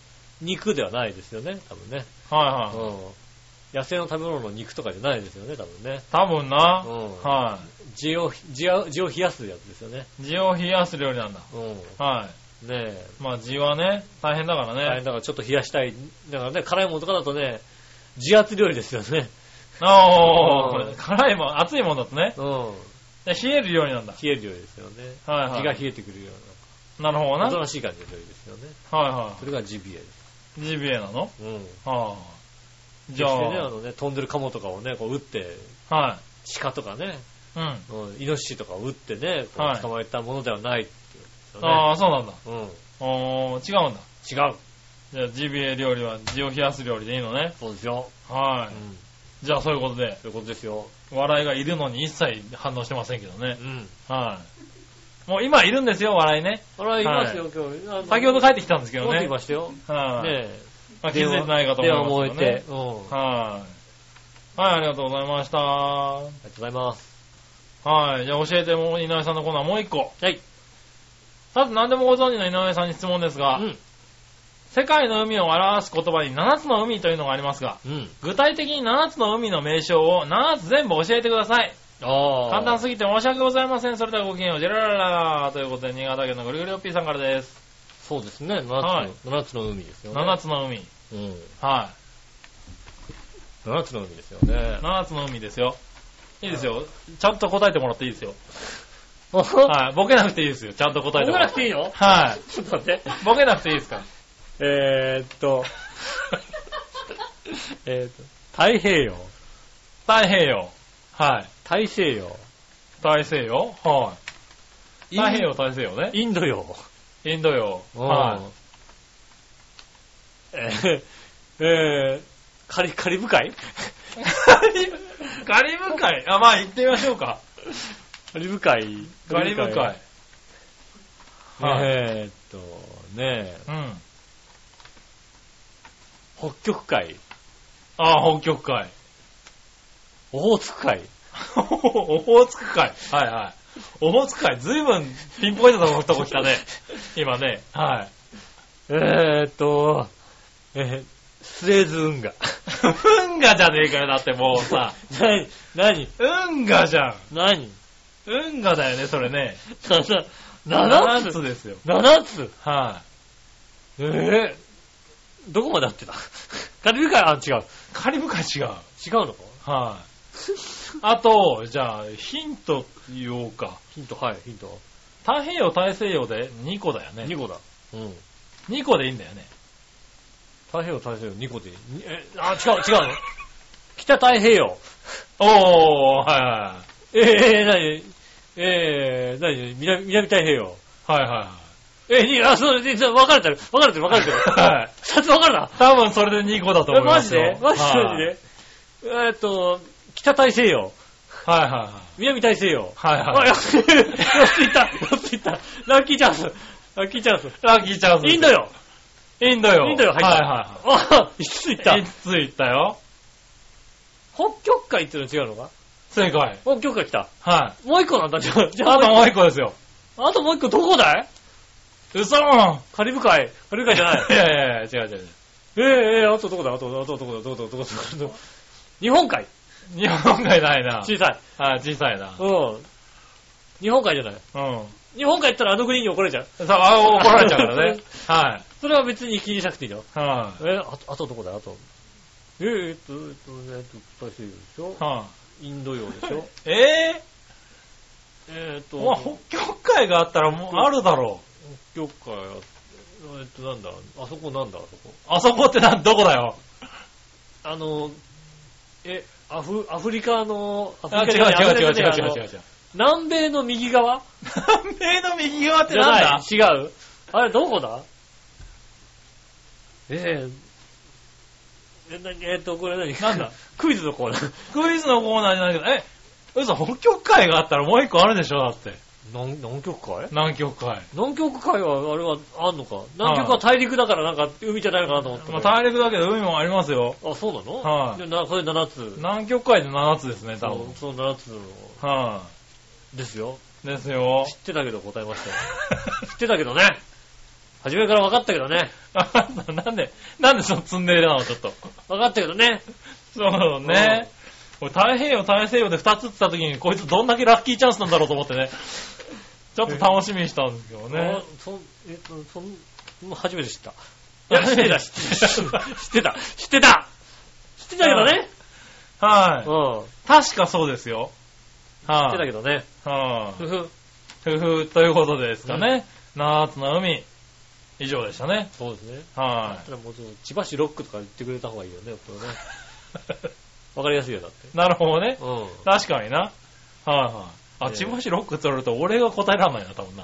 肉ではないですよね、多分ね。はいはい。うん。野生の食べ物の肉とかじゃないですよね、多分ね。多分な。うんは地を、地を、地を冷やすやつですよね。い。地を冷やす料理なんだ。うはん。ねえ。い。まあ地はね、大変だからね。大変だからちょっと冷やしたい。だからね、辛いものとかだとね、自圧料理ですよね。おー、こうれん辛いもん、熱いもんだとね。うん。で冷える料理なんだ。冷える料理ですよね。はいはい気が冷えてくるようなるほどな、な。おとはなしい感じの料理ですよね。いはそれがジビエです。い。ジビエなのうん。はあ。じじゃゃああ。、ね、あのね、飛んでるカモとかをね、こう撃って、は鹿とかね、い。うん。うん、イノシシとかを撃ってね、こはいう捕まえたものではないっていうことですよね。ああ、そうなんだ。うん。おー、違うんだ。違う。じゃあジビエ料理は地を冷やす料理でいいのね。そうですよ。はうん。い。じゃあそういうことで、そういうことですよ。笑いがいるのに一切反応してませんけどねう。ん。はい。もう今いるんですよ、笑いね。あら、いますよ、今日あの。先ほど帰ってきたんですけど戻ってねき。ましたよ。ねはい。え。まあ気づいてないかと電話思い燃えますけどねて。。うん。あはい。はい、ありがとうございました。はりがとうございます。い。じゃあ教えても、井上さんのコーナーもう一個。はい。さて何でもご存知の井上さんに質問ですが、うん。世界の海を表す言葉に7つの海というのがありますが、うん。具体的に7つの海の名称を7つ全部教えてください。ああ。簡単すぎて申し訳ございません。それではごきげんよう。ジェララララということで、新潟県のぐるぐるおっぴーさんからです。そうですね。7つの、はい7つの海ですよね。 7つの海。うん。は7つの海ですよねい。。7つの海ですよ。いいですよ。ちゃんと答えてもらっていいですよ。答はい。ボケなくていいですよ。ちゃんと答えてもらって。ていいのはい。ちょっと 待って。ボケなくていいですかえーっ と、えーっと、太平洋、太平洋。はい。大西洋、大西洋。は太平洋大西洋ね。インドよ。インド洋。は。はいえーえー、カリ、カリブ海い。 ガリブ海。あ、まあ行ってみましょうか。カリブ海。ガリブ海。はい。えーっと、ねえ、うん。北極海、ああ、北極海。オホーツク海、 オホーツク海。はいはい。オホーツク海、ずいぶんピンポイントのとこ来たね。今ね。はい。えーっと、えースエズ運河。運河じゃねえかよ、だってもうさ。何何運河じゃん。何運河だよね、それね。 ?7 7つつですよ。 ?7 つはえい。ー、どこまであってたカリブ海、あ、違う。カリブ海違う。違うのかはい。あと、じゃあ、ヒント言おうか。ヒント、はい、ヒント。太平洋、大西洋で2個だよね2。個だ。うん。 2個でいいんだよね。太平洋、太平洋、2個でいい。にえ、あ、違う、違うの北太平洋。おー、はえー、何えー、何南南太平洋。いはい。はいはいはい。え、に、あ、そう、でそう分かれてる。分かれてる、分かれてる。はい。二つ分かれた。多分それで2個だと思え、いマまジすよ。でマジでマジはいでえーっと、北大西洋、はいはいはい。南大西洋。はいあ、 はい。よし、よし、いった、よし、いった。ラッキーチャンス。ラッキーチャンス。ラッキーチャンスです。インドよ。インドよ。インドよ、入った。はいはあ、5ついっいたはい。。いつ行ったよ。北極海っていうのは違うのか正解。北極海来た。はもう一個なんだ、じゃあ、い。じゃあ、あともあう一個ですよ。とあともう一個どこだい嘘もカリブ海。カリブ海じゃないい。やいやいや、違う違う違う。ええええあとどこだあと、あとどこだどこだどこだどこだどこだ 日本海。日本海ないな。小さい。はい、小さいな。うん。日本海じゃない。う日本海行ったらあの国に怒れちゃう。ん。さあ、怒られちゃうからね。 はい。それは別に気にしなくていいよ。はえー、あと、あとどこだあと。えー、えっと、えっと、えっと、大西洋でしょい。はインド洋でしょい。ええーっぇと、まあ北極海があったらもうあるだろう。北極海あえーっと、なんだあそこなんだあそこ。あそこってな、どこだ よ。あの、え、アフ、アフリカの、アフあ違うリカ違じゃないう違う違うアフリカじゃないう違違あのう違う。南米の右側南米の右側ってじゃなんなだい違うあれ、どこだえええ、なえっと、これ何なんだ クイズのコーナー。クイズのコーナーじゃないけど、え、嘘、北極海があったらもう一個あるでしょだって。南南極海南極海。南極海は、あれはあんのか南極は大陸だからなんか海じゃないのかなと思って。まあ、大陸だけど海もありますよ。あ、そうなのはいでなそれ7つ。南極海で7つですね、多分。はい、そう、7つのですよ。ですよ知。ってたけど答えま したよ。知ってたけどね。初めから分かったけどね。あ なんで、なんでその積んでるのちょっと。分かったけどね。そうね。俺太平洋、大西洋で2つって言った時に、こいつどんだけラッキーチャンスなんだろうと思ってね。ちょっと楽しみにしたんですけどねあ。そ、えっと、そん、もう初めて知った。いや、知ってた、知って た。知ってた、知ってた知ってたけどね。はい。うん。確かそうですよ。知ってたはけどね。い。はい。ふふ。ふふということでですかね。夏の海。以上でしたね。そうですね。はただもうちょっと、千葉市ロックとか言ってくれた方がいいよね、これね。い。わかりやすいよ、だって。なるほどね。うん。確かにな。はいはい。あ、ええ千葉市ロック取ると俺が答えられないな、多分な。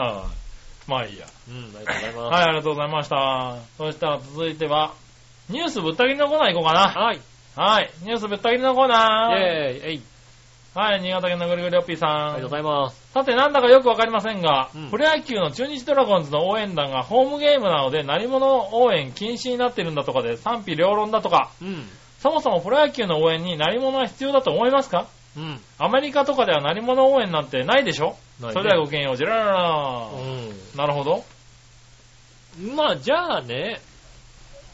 はい。まあいいや。うん、ありがとうございます。はい、ありがとうございました。そしたら続いては、ニュースぶった切りのコーナー行こうかはい。な。はい、ニュースぶった切りのコーナイー。ェーイ、えい。はい、新潟県のぐるぐるおっぴーさありがとうんご。ざいます。さて、なんだかよくわかりませんが、うんプロ野球の中日ドラゴンズの応援団がホームゲームなので、何者応援禁止になってるんだとかで賛否両論だとか、うん。そもそもプロ野球の応援に何者は必要だと思いますかうん。アメリカとかでは何者応援なんてないでしょないねそれではごきげんよう、ジェラララなるほど。うん。まあ、じゃあね、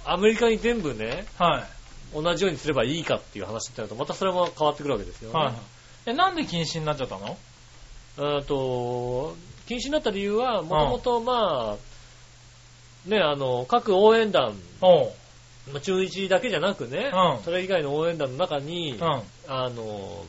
アメリカに全部ね、はい。同じようにすればいいかっていう話になると、またそれも変わってくるわけですよ、ね。はい。え、なんで禁止になっちゃったのうんと、禁止になった理由は、もともと、まあ、ね、あの、各応援団、おう。まあ中日だけじゃなくね、うんそれ以外の応援団の中に、うん。あの、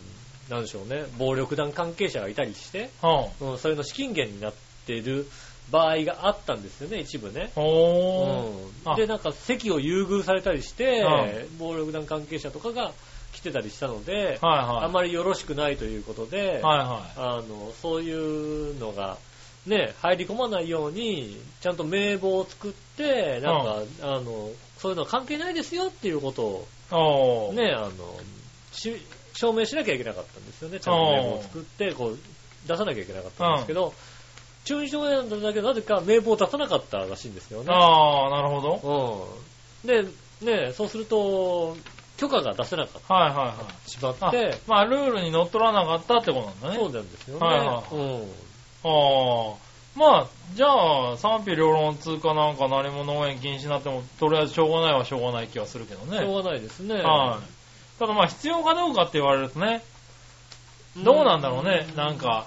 なんでしょうね、暴力団関係 者がいたりして、おうん、それの資金源になっている場合があったんですよね、一部ね。う。おうあん、で、なんか席を優遇されたりして、う暴力団関係者とかが来てたりしたので、ー。はいあはまりよろしくないということで、い。はいはあの、そういうのが、ね、入り込まないように、ちゃんと名簿を作って、なんか、あの、そういうのは関係ないですよっていうことおを、ー。ね、あの、し証明しなきゃいけなかったんですよね。ちゃんと名簿を作って、こう、出さなきゃいけなかったんですけど、駐車場なんだけど、なぜか名簿を出さなかったらしいんですよね。あー、なるほど。うん。で、ね、そうすると、許可が出せなかっはいはいはい。てしまっあて、まあ、ルールに乗っ取らなかったってことなんだね。そうなんですよね。はいはいうん。ああ。まあ、じゃあ、賛否両論通過なんか何も農園禁止になっても、とりあえずしょうがないはしょうがない気はするけどしね。ょうがないですね。はい。ただまあ、必要かどうかって言われるとね、どうなんだろうね、なんか。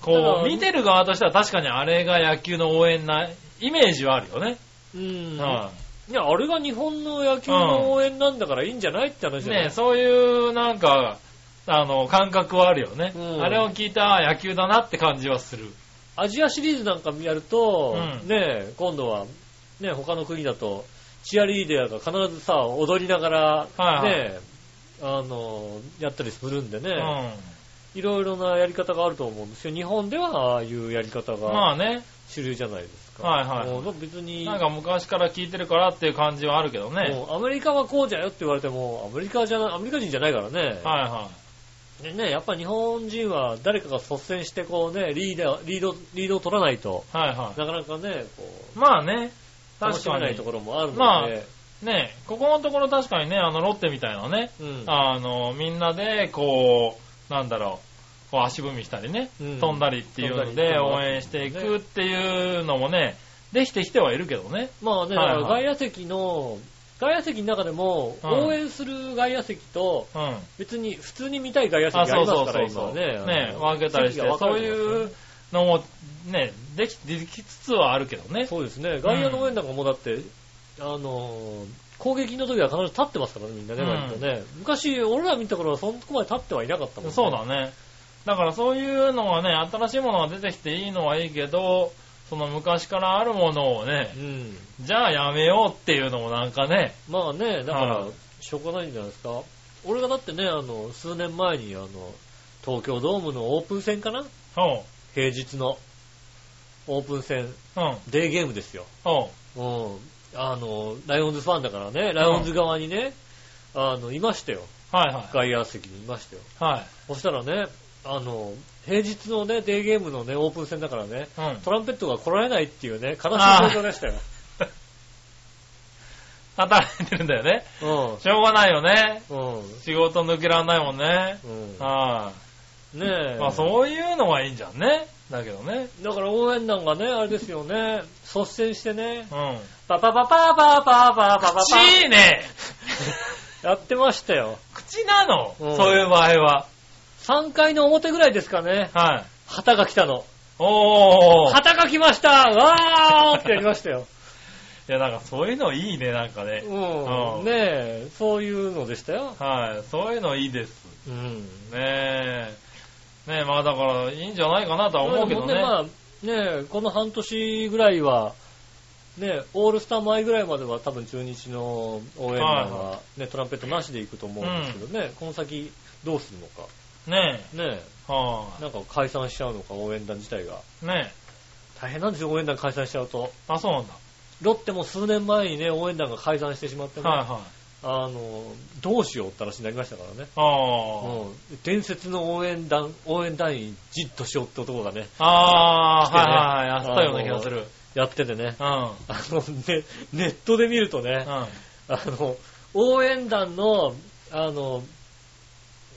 たこだう、見てる側としては確かにあれが野球の応援な、イメージはあるよね。うん。はいや、あれが日本の野球の応援なんだからいいんじゃないって話い。じゃないねそういう、なんか、あの、感覚はあるよね。うんあれを聞いた野球だなって感じはする。アジアシリーズなんかやると、うんね今度は、ね他の国だと、チアリーダーが必ずさ、踊りながら、はいはいねあの、やったりするんでうね、ん。いろいろなやり方があると思うんですけど、日本ではああいうやり方まがあね。主流じゃないですか。はいはいもう別に、なんか昔から聞いてるからっていう感じはあるけどね。もうアメリカはこうじゃよって言われても、アメリカじゃなアメリカ人じゃないからね、はいはでね、やっぱ日本人は誰かが率先してこうね、リーダー、リード、リードを取らないと、い。はいはなかなかね、こい。まあね。う、楽確しめかないにと。ころもあるので、まあね、ここのところ確かにね、あの、ロッテみたいなね、うん。あの、みんなで、こう、なんだろう、こう足踏みしたりね、うん飛んだりっていうの飛んだりで応援していくっていうのもね、できてきてはいるけどね。まあね、はいはいだから外野席の、外野席の中でも、うん応援する外野席と、うん。別に普通に見たい外野席あ、があそりますうそうかそら、う今そはう。ね。ねあ、の分けたりして、席が分かそれうてますねいうのも、ね、でき、できつつはあるけどね。そうですね、外野の応援なんかもうだって、あのー攻撃の時は必ず立ってますからね、みんなね、うん割とね。昔、俺ら見た頃はそんとこまで立ってはいなかったもんね。そうだね。だからそういうのはね、新しいものが出てきていいのはいいけど、その昔からあるものをねう、ん。じゃあやめようっていうのもなんかね、まあね、だからはい、しょうがないんじゃないですか。俺がだってね、あの、数年前に、あの、東京ドームのオープン戦かなおう、平日の。オープン戦、うん、デーゲームですよ。おう、うん。あの、ライオンズファンだからね、ライオンズ側にね、あの、いましたよ。はいは外野席にいましたよ。い、はい、そしたらね、あの、平日のね、デーゲームのね、オープン戦だからね、うん。トランペットが来られないっていうね、悲しい状況でしたよ。働いてるんだよね。しょうがないよね。うん。うん。仕事抜けらんないもんね。うん。はねい。え。まあそういうのはいいんじゃんね。だけどね。だから応援団がね、あれですよね、率先してね、うん。パパパパパパパパパ口い いねやってましたよ。口なの、うんそういう場合は。 3回の表ぐらいですかね、はい。旗が来たの。おー。旗が来ましたわーってやりましたよ。いや、なんかそういうのいいね、なんかね。う。うんんねえ、そういうのでしたよ。はい、そういうのいいです。うん。ねえ。ねえ、まあだから、いいんじゃないかなとは思うけどね。でもまあ、ねえ、この半年ぐらいは、ねえ、オールスター前ぐらいまでは多分中日の応援団はいは、ね、トランペットなしで行くと思うんですけどね、この先どうするのか。ねねえ。はえ、なんか解散しちゃうのか、応援団自体が。い、ねえ。大変なんですよ、応援団解散しちゃうと。あ、そうなんだ。ロッテも数年前にね、応援団が解散してしまってね、はいはい。あの、どうしようって話になりましたからね。あうん、伝説の応援団、応援団員、じっとしようって男がね、あ。あ来てねあ、はいはい、やったような気がする。やっててね、うん。うん。あの、ね、ネットで見るとね、ああの、応援団の、あの、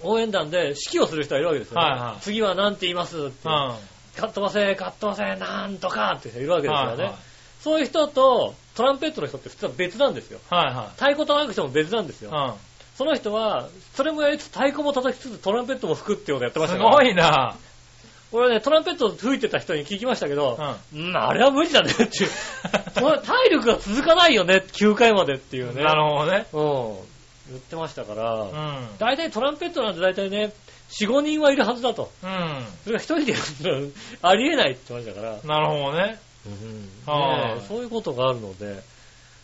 応援団で指揮をする人がいるわけですよ、ね。はいはい次は何て言いますって、あカットマセ、カットマセ、なんとかって人いるわけですよはいね。はい。そういう人と、トランペットの人って普通は別なんですよ。はいは太鼓叩く人も別なんですい。よ。うその人は、それもやりつつ太鼓も叩きつつトランペットも吹くってことやってまん。したすからごいな。俺ね、トランペット吹いてた人に聞きましたけうどん。、あうん、あれは無理だねっていう。 それ体力が続かないよね、9回までっていうね。なるほどね。うん。言ってましたから、うん。大体トランペットなんて大体ね、4、5人はいるはずだと。うそれが1人でやるのはありえないって言ってましたから。ん。なるほどね。はいねえそういうことがあるので、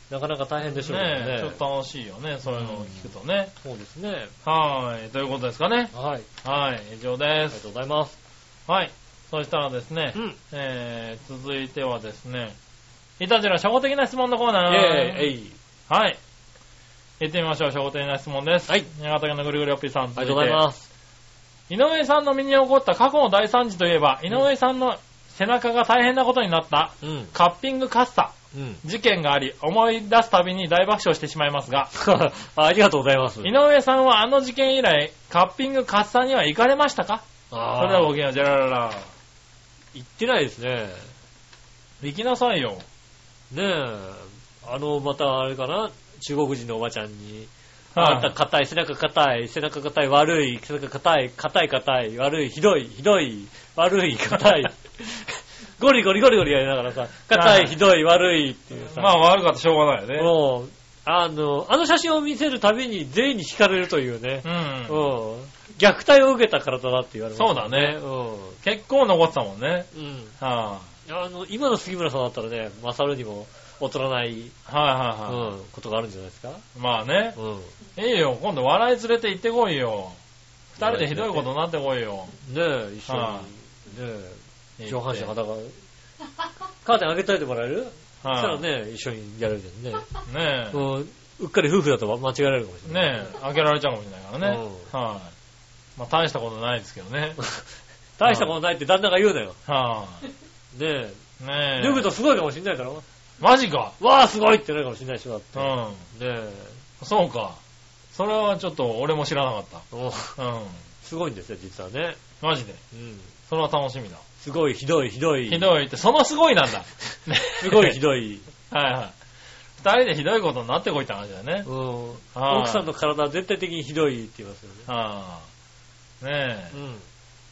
なかなか大変でしょうけどね。ねえ、ちょっと楽しいよね、そういうのを聞くとね。そうですね。はい、ということですかね。はい。ありはい、以上でがす。とうございます。はい。そしたらですね、うん。えー、続いてはですね、いたじら初歩的な質問のコーナー。えええい。はい。行ってみましょう、初歩的な質問です。はい。新潟県のぐるぐるおっぴーさん。ありありがとうございます。井上さんの身に起こった過去の大惨事といえば、井上さんの背中が大変なことになったうん。カッピングカッサうん。事件があり、思い出すたびに大爆笑してしまいます が、ありがとうございます。井上さんはあの事件以来、カッピングカッサには行かれましたかそあれではごきげんよう、じゃららら。言ってないですね。行きなさいよ。ねえ。あの、またあれかな中国人のおばちゃんに、あんたは硬い、背中硬い、背中硬い、悪い、背中硬い、硬い硬い、悪い、ひどい、ひどい、悪い、硬い。 ゴリゴリゴリゴリやりながらさ、硬はいい、ひどい、悪いっていうい。さ、まあ悪かったしょうがないよね。もう、あの、あの写真を見せるたびに全員に惹かれるというねう、うんん。、虐待を受けた体だって言われますそうだねう結構残ってたもんね。ん。うん。はあの、今の杉村さんだったらね、勝るにも劣らない、あ、はういはいはん、ことがあるんじゃないですかい。まあね。うん。いいよ、今度笑い連れて行ってこいよ。二人でひどいことになってこいよ。ねえ、一緒には。ねえ、上半身裸。カーテン上げといてもらえるそしたはらい。ね、一緒にやれるけどね。ねえ。うん。うっかり夫婦だと間違えられるかもしれない。ねえ、開けられちゃうかもしれないからね。はい。まあ大したことないですけどね。大したことないって旦那が言うなよ。はねえ。い。ねえ。脱ぐとすごいかもしれないだろ。マジか。わあ、すごいってなるかもしれないでしょ、だって。うねん。え。そうか。それはちょっと俺も知らなかっおた。うん。すごいんですよ、実はね。マジで。うん。それは楽しみだ。すごい、ひどい、ひどい。ひどいって、そのすごいなん だ。すごい、ひど い。はいはい。二人でひどいことになってこいって話だよね。うん。はい奥さんの体は絶対的にひどいって言いますよね。はあ。ねえ。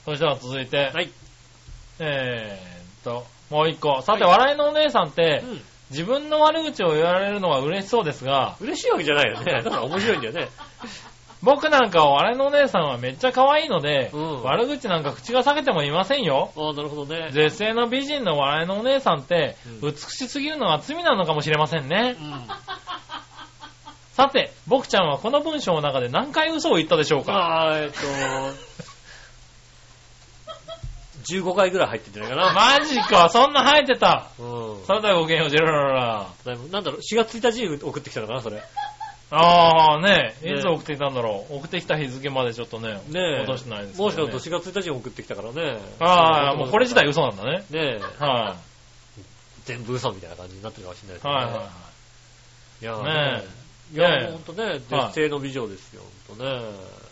うそしたら続いてん。。はい。えーっと、もう一個。さて、笑いのお姉さんって、うん。自分の悪口を言われるのは嬉しそうですが、嬉しいわけじゃ ないよね。だから面白いんだよね。僕なんかは笑いのお姉さんはめっちゃ可愛いので、うん悪口なんか口が裂けてもいませんよ。ああ、なるほどね。絶世の美人の笑いのお姉さんって、うん美しすぎるのは罪なのかもしれませんね。うん。さて、僕ちゃんはこの文章の中で何回嘘を言ったでしょうかあーえっと、15回ぐらい入ってんじゃないかな。マジか、そんな生えてた。うん。それではごきげんよう、ジェラララ。だいぶなんだろう、4月1日に送ってきたのかな、それ。ねあーね、ねいつ送ってきたんだろう。送ってきた日付までちょっとね、え。戻してないですけどもしねかすると4月1日に送ってきたからね。ああ、もうこれ自体ね嘘なんだね。え。は全部嘘みたいな感じになってるかもしれないですい。ね。はいはいはいやーねねえいやねえー、ほんとね、絶世の美女ですよ、ほんとね。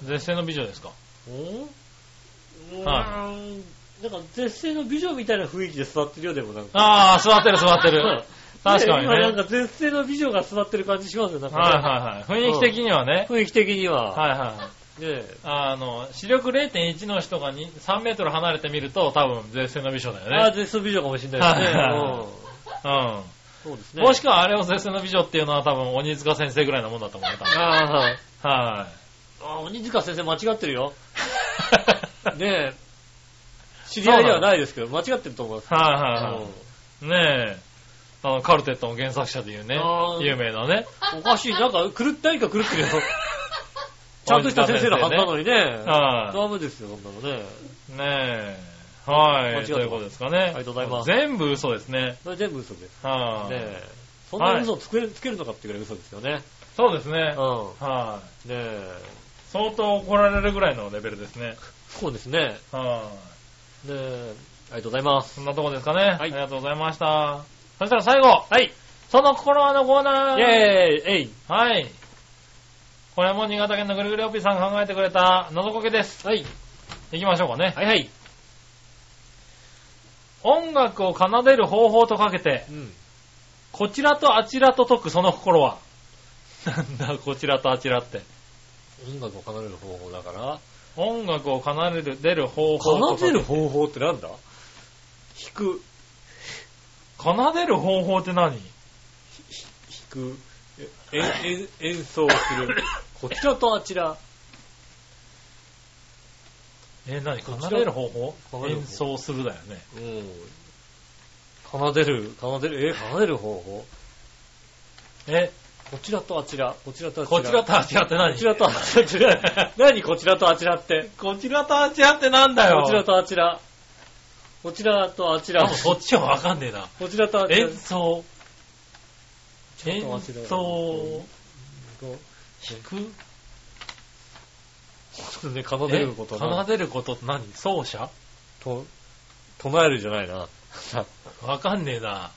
い。絶世の美女ですかうんはうんなんか絶世の美女みたいな雰囲気で座ってるよ、でもなんか。ああ、座ってる座ってうるん。確かにね。今なんはかい絶世の美女が座ってる感じしますよ、なんかね、はいはい。雰囲気的にはね。雰囲気的には。はいはい。ねえあの、視力0.1の人がに3メートル離れてみると多分絶世の美女だああ、よね。絶世美女かもしれないですね。はいうんそうですうね。ん。もしくはあれを絶世の美女っていうのは多分鬼塚先生ぐらいのもんだと思うよ。多分ああ、はい。 はあ、鬼塚先生間違ってるよ。い。ねえ。知り合いではないですけど、間違ってると思います。はいはいはうい。ねえ。あの、カルテットの原作者でいうねあ、ー有名なね。んおかしい、なんか、狂って、何か狂ってるよ。 ちゃんとした先生のはずなのにね。はい。ダメですよ、そんなのね。ねえ。はい。間違ってますということですかね。ありがとうございます全部嘘ですね。それ全部嘘です。はねい、え。そんな嘘をつけるつけるのかってくらい嘘ですよね。そうですうねん。。はい。ねえ。相当怒られるぐらいのレベルですね。そうですね。はねえ。ありがとうございます。い。そんなとこですかね。はいありがとうございました。そしたら最後。はい。その心はのコーイナェーー。イえいはい。これも新潟県のぐるぐるおっぴーさんが考えてくれたのぞこけです。はい。行きましょうかね。はいはい。音楽を奏でる方法とかけて、うん。こちらとあちらと解くその心は。なんだ、こちらとあちらって。音楽を奏でる方法だから。音楽を奏でる出る方法と奏かでる方法ってなんだ弾く、弾奏でる方法って何く、えええ演奏する。 こちらとあちら。え、何こちら奏でる方法奏でる方法演奏するだよね。うん。奏でる、奏でる、え、奏でる方法え、こちらとあちら。こちらとあちら。こちらとあちらって何こちらとあち ら。何こちらとあちらって。こちらとあちらってなんだよこちらとあちら。こちらとあち多ら。分そっちはわかんねえな。こちらとあちら演。奏。ち演ょっと忘れた奏。弾くそうですね、奏でることえ奏なでることって何奏者と、唱えるじゃないな。わかんねえな。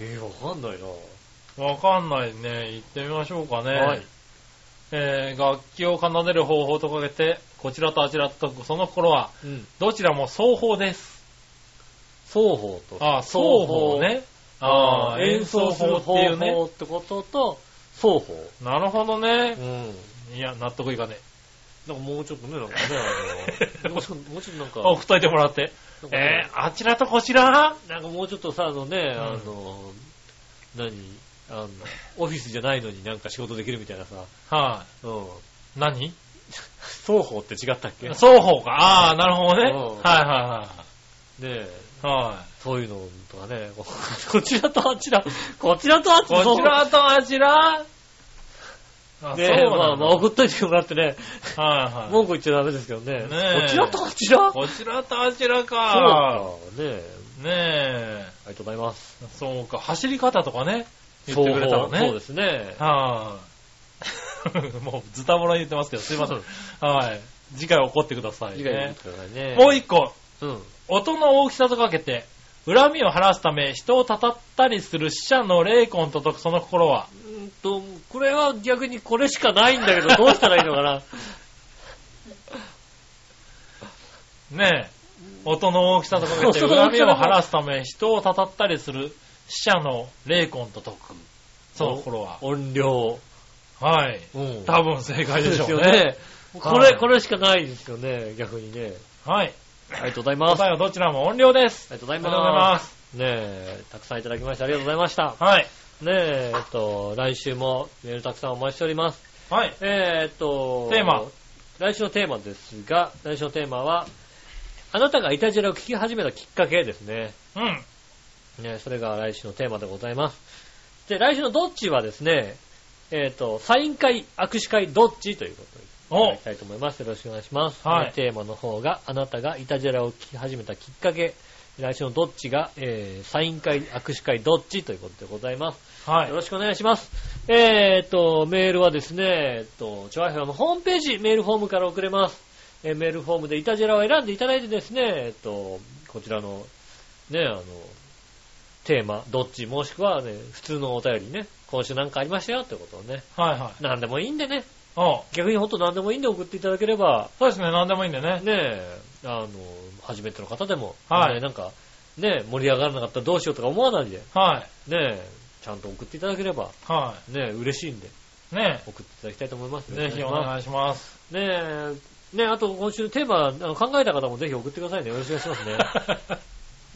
えー、わかんないな。わかんないね。行ってみましょうかね。はいえー楽器を奏でる方法とかけて、こちらとあちらと、その心は、うん。どちらも奏法です。双方と。ああ、奏法。ね。あああ、あ、演演奏奏する法って方いうね。法ってことと、双方。なるほどね。ん。いや、納得いかねなんかもうちょっとね、なんかね、あのもうちょっと、もうちょっとなんえ。か、送っといてもらって。なんかえねー、あちらとこちらなんかもうちょっとさ、あのね、あの、何、あの、オフィスじゃないのになんか仕事できるみたいなさ、はうん。い。何双方って違ったっけね奏法か。ああ、なるほどね。うはんいはえいはい。はい。そういうのとかね、 ここちらとあちら、こちらとあちら、こちらとあちらあねえ、まあまあは送っといてもらってね、いはい。文句言っちゃダメですけどね。ねえこちらとあちらこちらとあちらそうか。か、ねえ、ねありがとうございます。え。そうか。走り方とかね。言ってくれたのね。そうそうですね。はい もう、ズタボロに言ってますけど、すいません。はい。次回怒ってください、次回ね見。てくださいね。もう一個。うん。音の大きさとかけて、恨みを晴らすため、人をたたったりする死者の霊魂と解くその心は、うんと、これは逆にこれしかないんだけ ど、どうしたらいいのかな。ねえ、音の大きさとかけて、音の大恨きみさを晴らすため、人をたたったりする死者の霊魂と解くその心は。音量。はい。うん多分正解でしょうよね。ね。はいこれ、これしかないですよね、逆にね。はい。ありがとうございます。あ答えはどちらも音量です。りがとうござあいりがとうございま。ますす。ねえ、たくさんいただきましてありがとうございました。はい。ねえ、えっと、来週もメールたくさんお待ちしております。はい。えーっと、テーマ。来週のテーマですが、来週のテーマは、あなたがイタジェラを聞き始めたきっかけですね。うん。ね、それが来週のテーマでございます。で、来週のどっちはですね、えっ、と、サイン会、握手会、どっちということでいただきたいと思います。よろしくお願いします。はいこのテーマの方が、あなたがイタジェラを聞き始めたきっかけ、来週のどっちが、えー、サイン会、握手会、どっちということでございます。おはいよ。ろしくお願いします。えっ、と、メールはですね、えっ、と、チョアヘアのホームページ、メールフォームから送れます。えーメールフォームでイタジェラを選んでいただいてですね、えっ、と、こちらの、ね、あの、テーマ、どっち、もしくはね、普通のお便りね、今週なんかありましたよってことをね、はいはい。なんでもいいんでね、おう逆にほんとなんでもいいんで送っていただければ、そうですね、何でもいいんでね。ねえ、あの、初めての方でも、はいねなんか、ねえ、盛り上がらなかったらどうしようとか思わないで、ねはえ、ちゃんと送っていただければ、い。はねえ、嬉しいんで、い。ね送っていただきたいと思います。え。ぜひお願いし ます。ねえ、ねえ、あと今週テーマ、あの考えた方もぜひ送ってくださいね。よろしくお願いします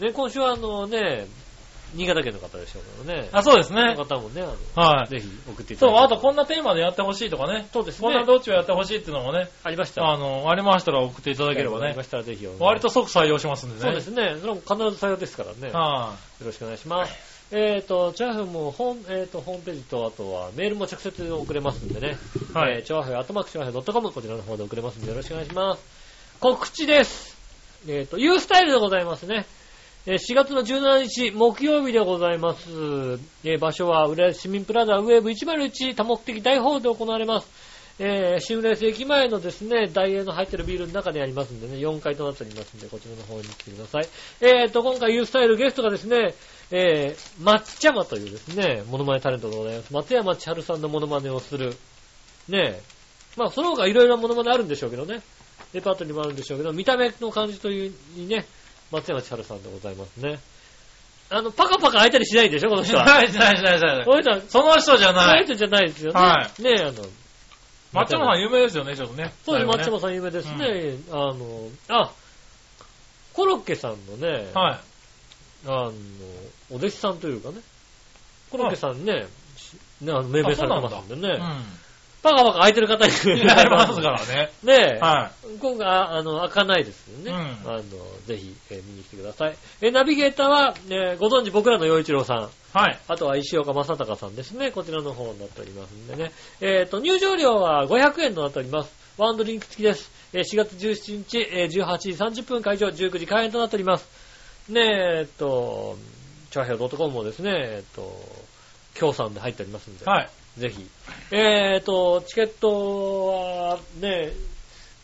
ね。 ね、今週はあのね、新潟県の方でしょうからね。あ、そうですねそ。の方もね、あの、はい。ぜひ送っていたそう、だあいて。とこんなテーマでやってほしいとかね。そうですね。こんなどっちをやってほしいっていうのもね、ありました。あの、ありましたら送っていただければありねま。したらぜひ。割と即採用しますんでね。そうですね。それも必ず採用ですからね。よはろしくお願いします。えっ、と、チャーフもホーム、えっ、と、ホームページと、あとはメールも直接送れますんでね。い。はえーい。チョアヘアットマークチョアヘア .com こちらの方で送れますんでよろしくお願いします。告知です。えっ、と、ユースタイルでございますね。えー4月の17日、木曜日でございます。えー場所は、浦安市民プラザウェーブ101多目的大ホールで行われます。えー、新浦安駅前のですね、大英の入ってるビールの中にありますんでね、4階となっておりますんで、こちらの方に来てください。えーと、今回ユースタイルゲストがですね、えー、松ちゃまというですね、モノマネタレントでございます。松山千春さんのモノマネをする、ねえ。まあ、その他いろいろなものまであるんでしょうけどね。レパートリーもあるんでしょうけど、見た目の感じというにね、松山千春さんでございますね。あの、パカパカ開いたりしないでしょ、この人 は。ないないないないこ。の人は、その人じゃそうないい。う人じゃないですよね。はねえ、あの、松山さん有名ですよね、ちょっとね。そうです、松だいぶね山さん有名ですね。あの、あ、コロッケさんのね、はい。あの、お弟子さんというかね、コロッケさんね、しねあの命名されてますんでうね。ん。パカパカ開いてる方にいられますからね。ねえ、は今回、ああの、開かないですよね。うんあの、ぜひ、えー見に来てください。えーナビゲーターは、えーご存知僕らの洋一郎さん、い。はい。あとは石岡正隆さんですね。こちらの方になっておりますんでね。えっ、と、入場料は500円となっております。ワンドリンク付きです。えー4月17日、えー18時30分会場、19時開演となっております。ねえ、えっと、チャーヘドットコムもですね、えっと、協賛で入っておりますんで。はい。ぜひ。えーと、チケットは、ね、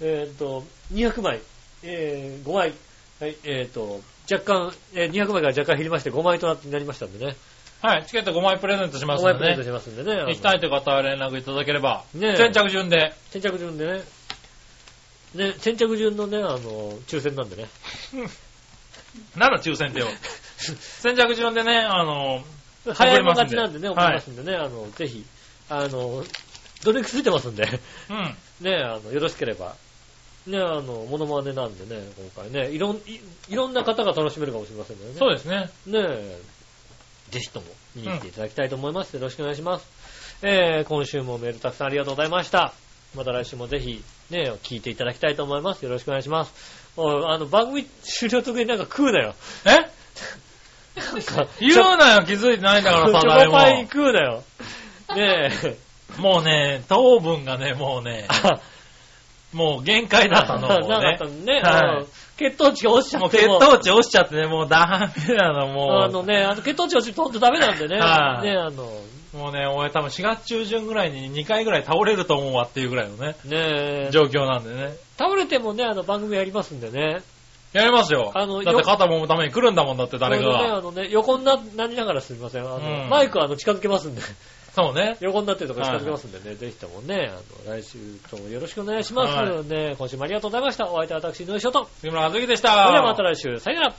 えーと、200枚、えー5枚、はい、えーと、若干、えー200枚から若干減りまして5枚とななりましたんでね。はい。チケット5枚プレゼントしま5すの枚プレゼントでしね。ますんでね。あの行きたいという方は連絡いただければ。ねえ先着順で。先着順でね。ね、先着順のね、あの、抽選なんでね。なら抽選でよ。先着順でね、あの、早いもん勝ちなんでね、送送りりまますすんでね、あの、ぜひ、あの、ドリンクついてますんで。うん。ねあの、よろしければ。ねあの、モノマネなんでね、今回ね、いろん、いいろんな方が楽しめるかもしれませんのでね。そうですね。ねえ、ぜひとも見に来ていただきたいと思います。よろしくお願いします。えー、今週もメールたくさんありがとうございました。また来週もぜひ、ねえ、聞いていただきたいと思います。よろしくお願いします。おいあの、番組終了時になんか食うなよ。えなんか、言うなよ、気づいてないんだからさ、チョコパイ誰食うなよ。ねえ、も。もうね、糖分がね、もうね、あ、もう限界だったの。 なもうかねったのね。はいうん血糖値が落ちちゃもうっ血ても糖値落ちちゃってね、もうダメなの、あものね、あの血糖値落ちるとほんとダメなんでね。はいね、あの、う。もうね、俺多分4月中旬ぐらいに2回ぐらい倒れると思うわっていうぐらいのね、ねえ、状況なんでね。倒れてもね、あの番組やりますんでね。やりますよ。あのだってよ肩もむために来るんだもんだって、誰かあが。のね、あのね、横にな、なりながらすみません。あの、うんマイクはあの近づけますんで、そうね。横になってるとか近づけますんでね、ぜひともね、あの、来週ともよろしくお願いします。はね、今週もありがとうございました。お相手は私、井上翔と。杉村和樹でしそた。れではまた来週、さよなら。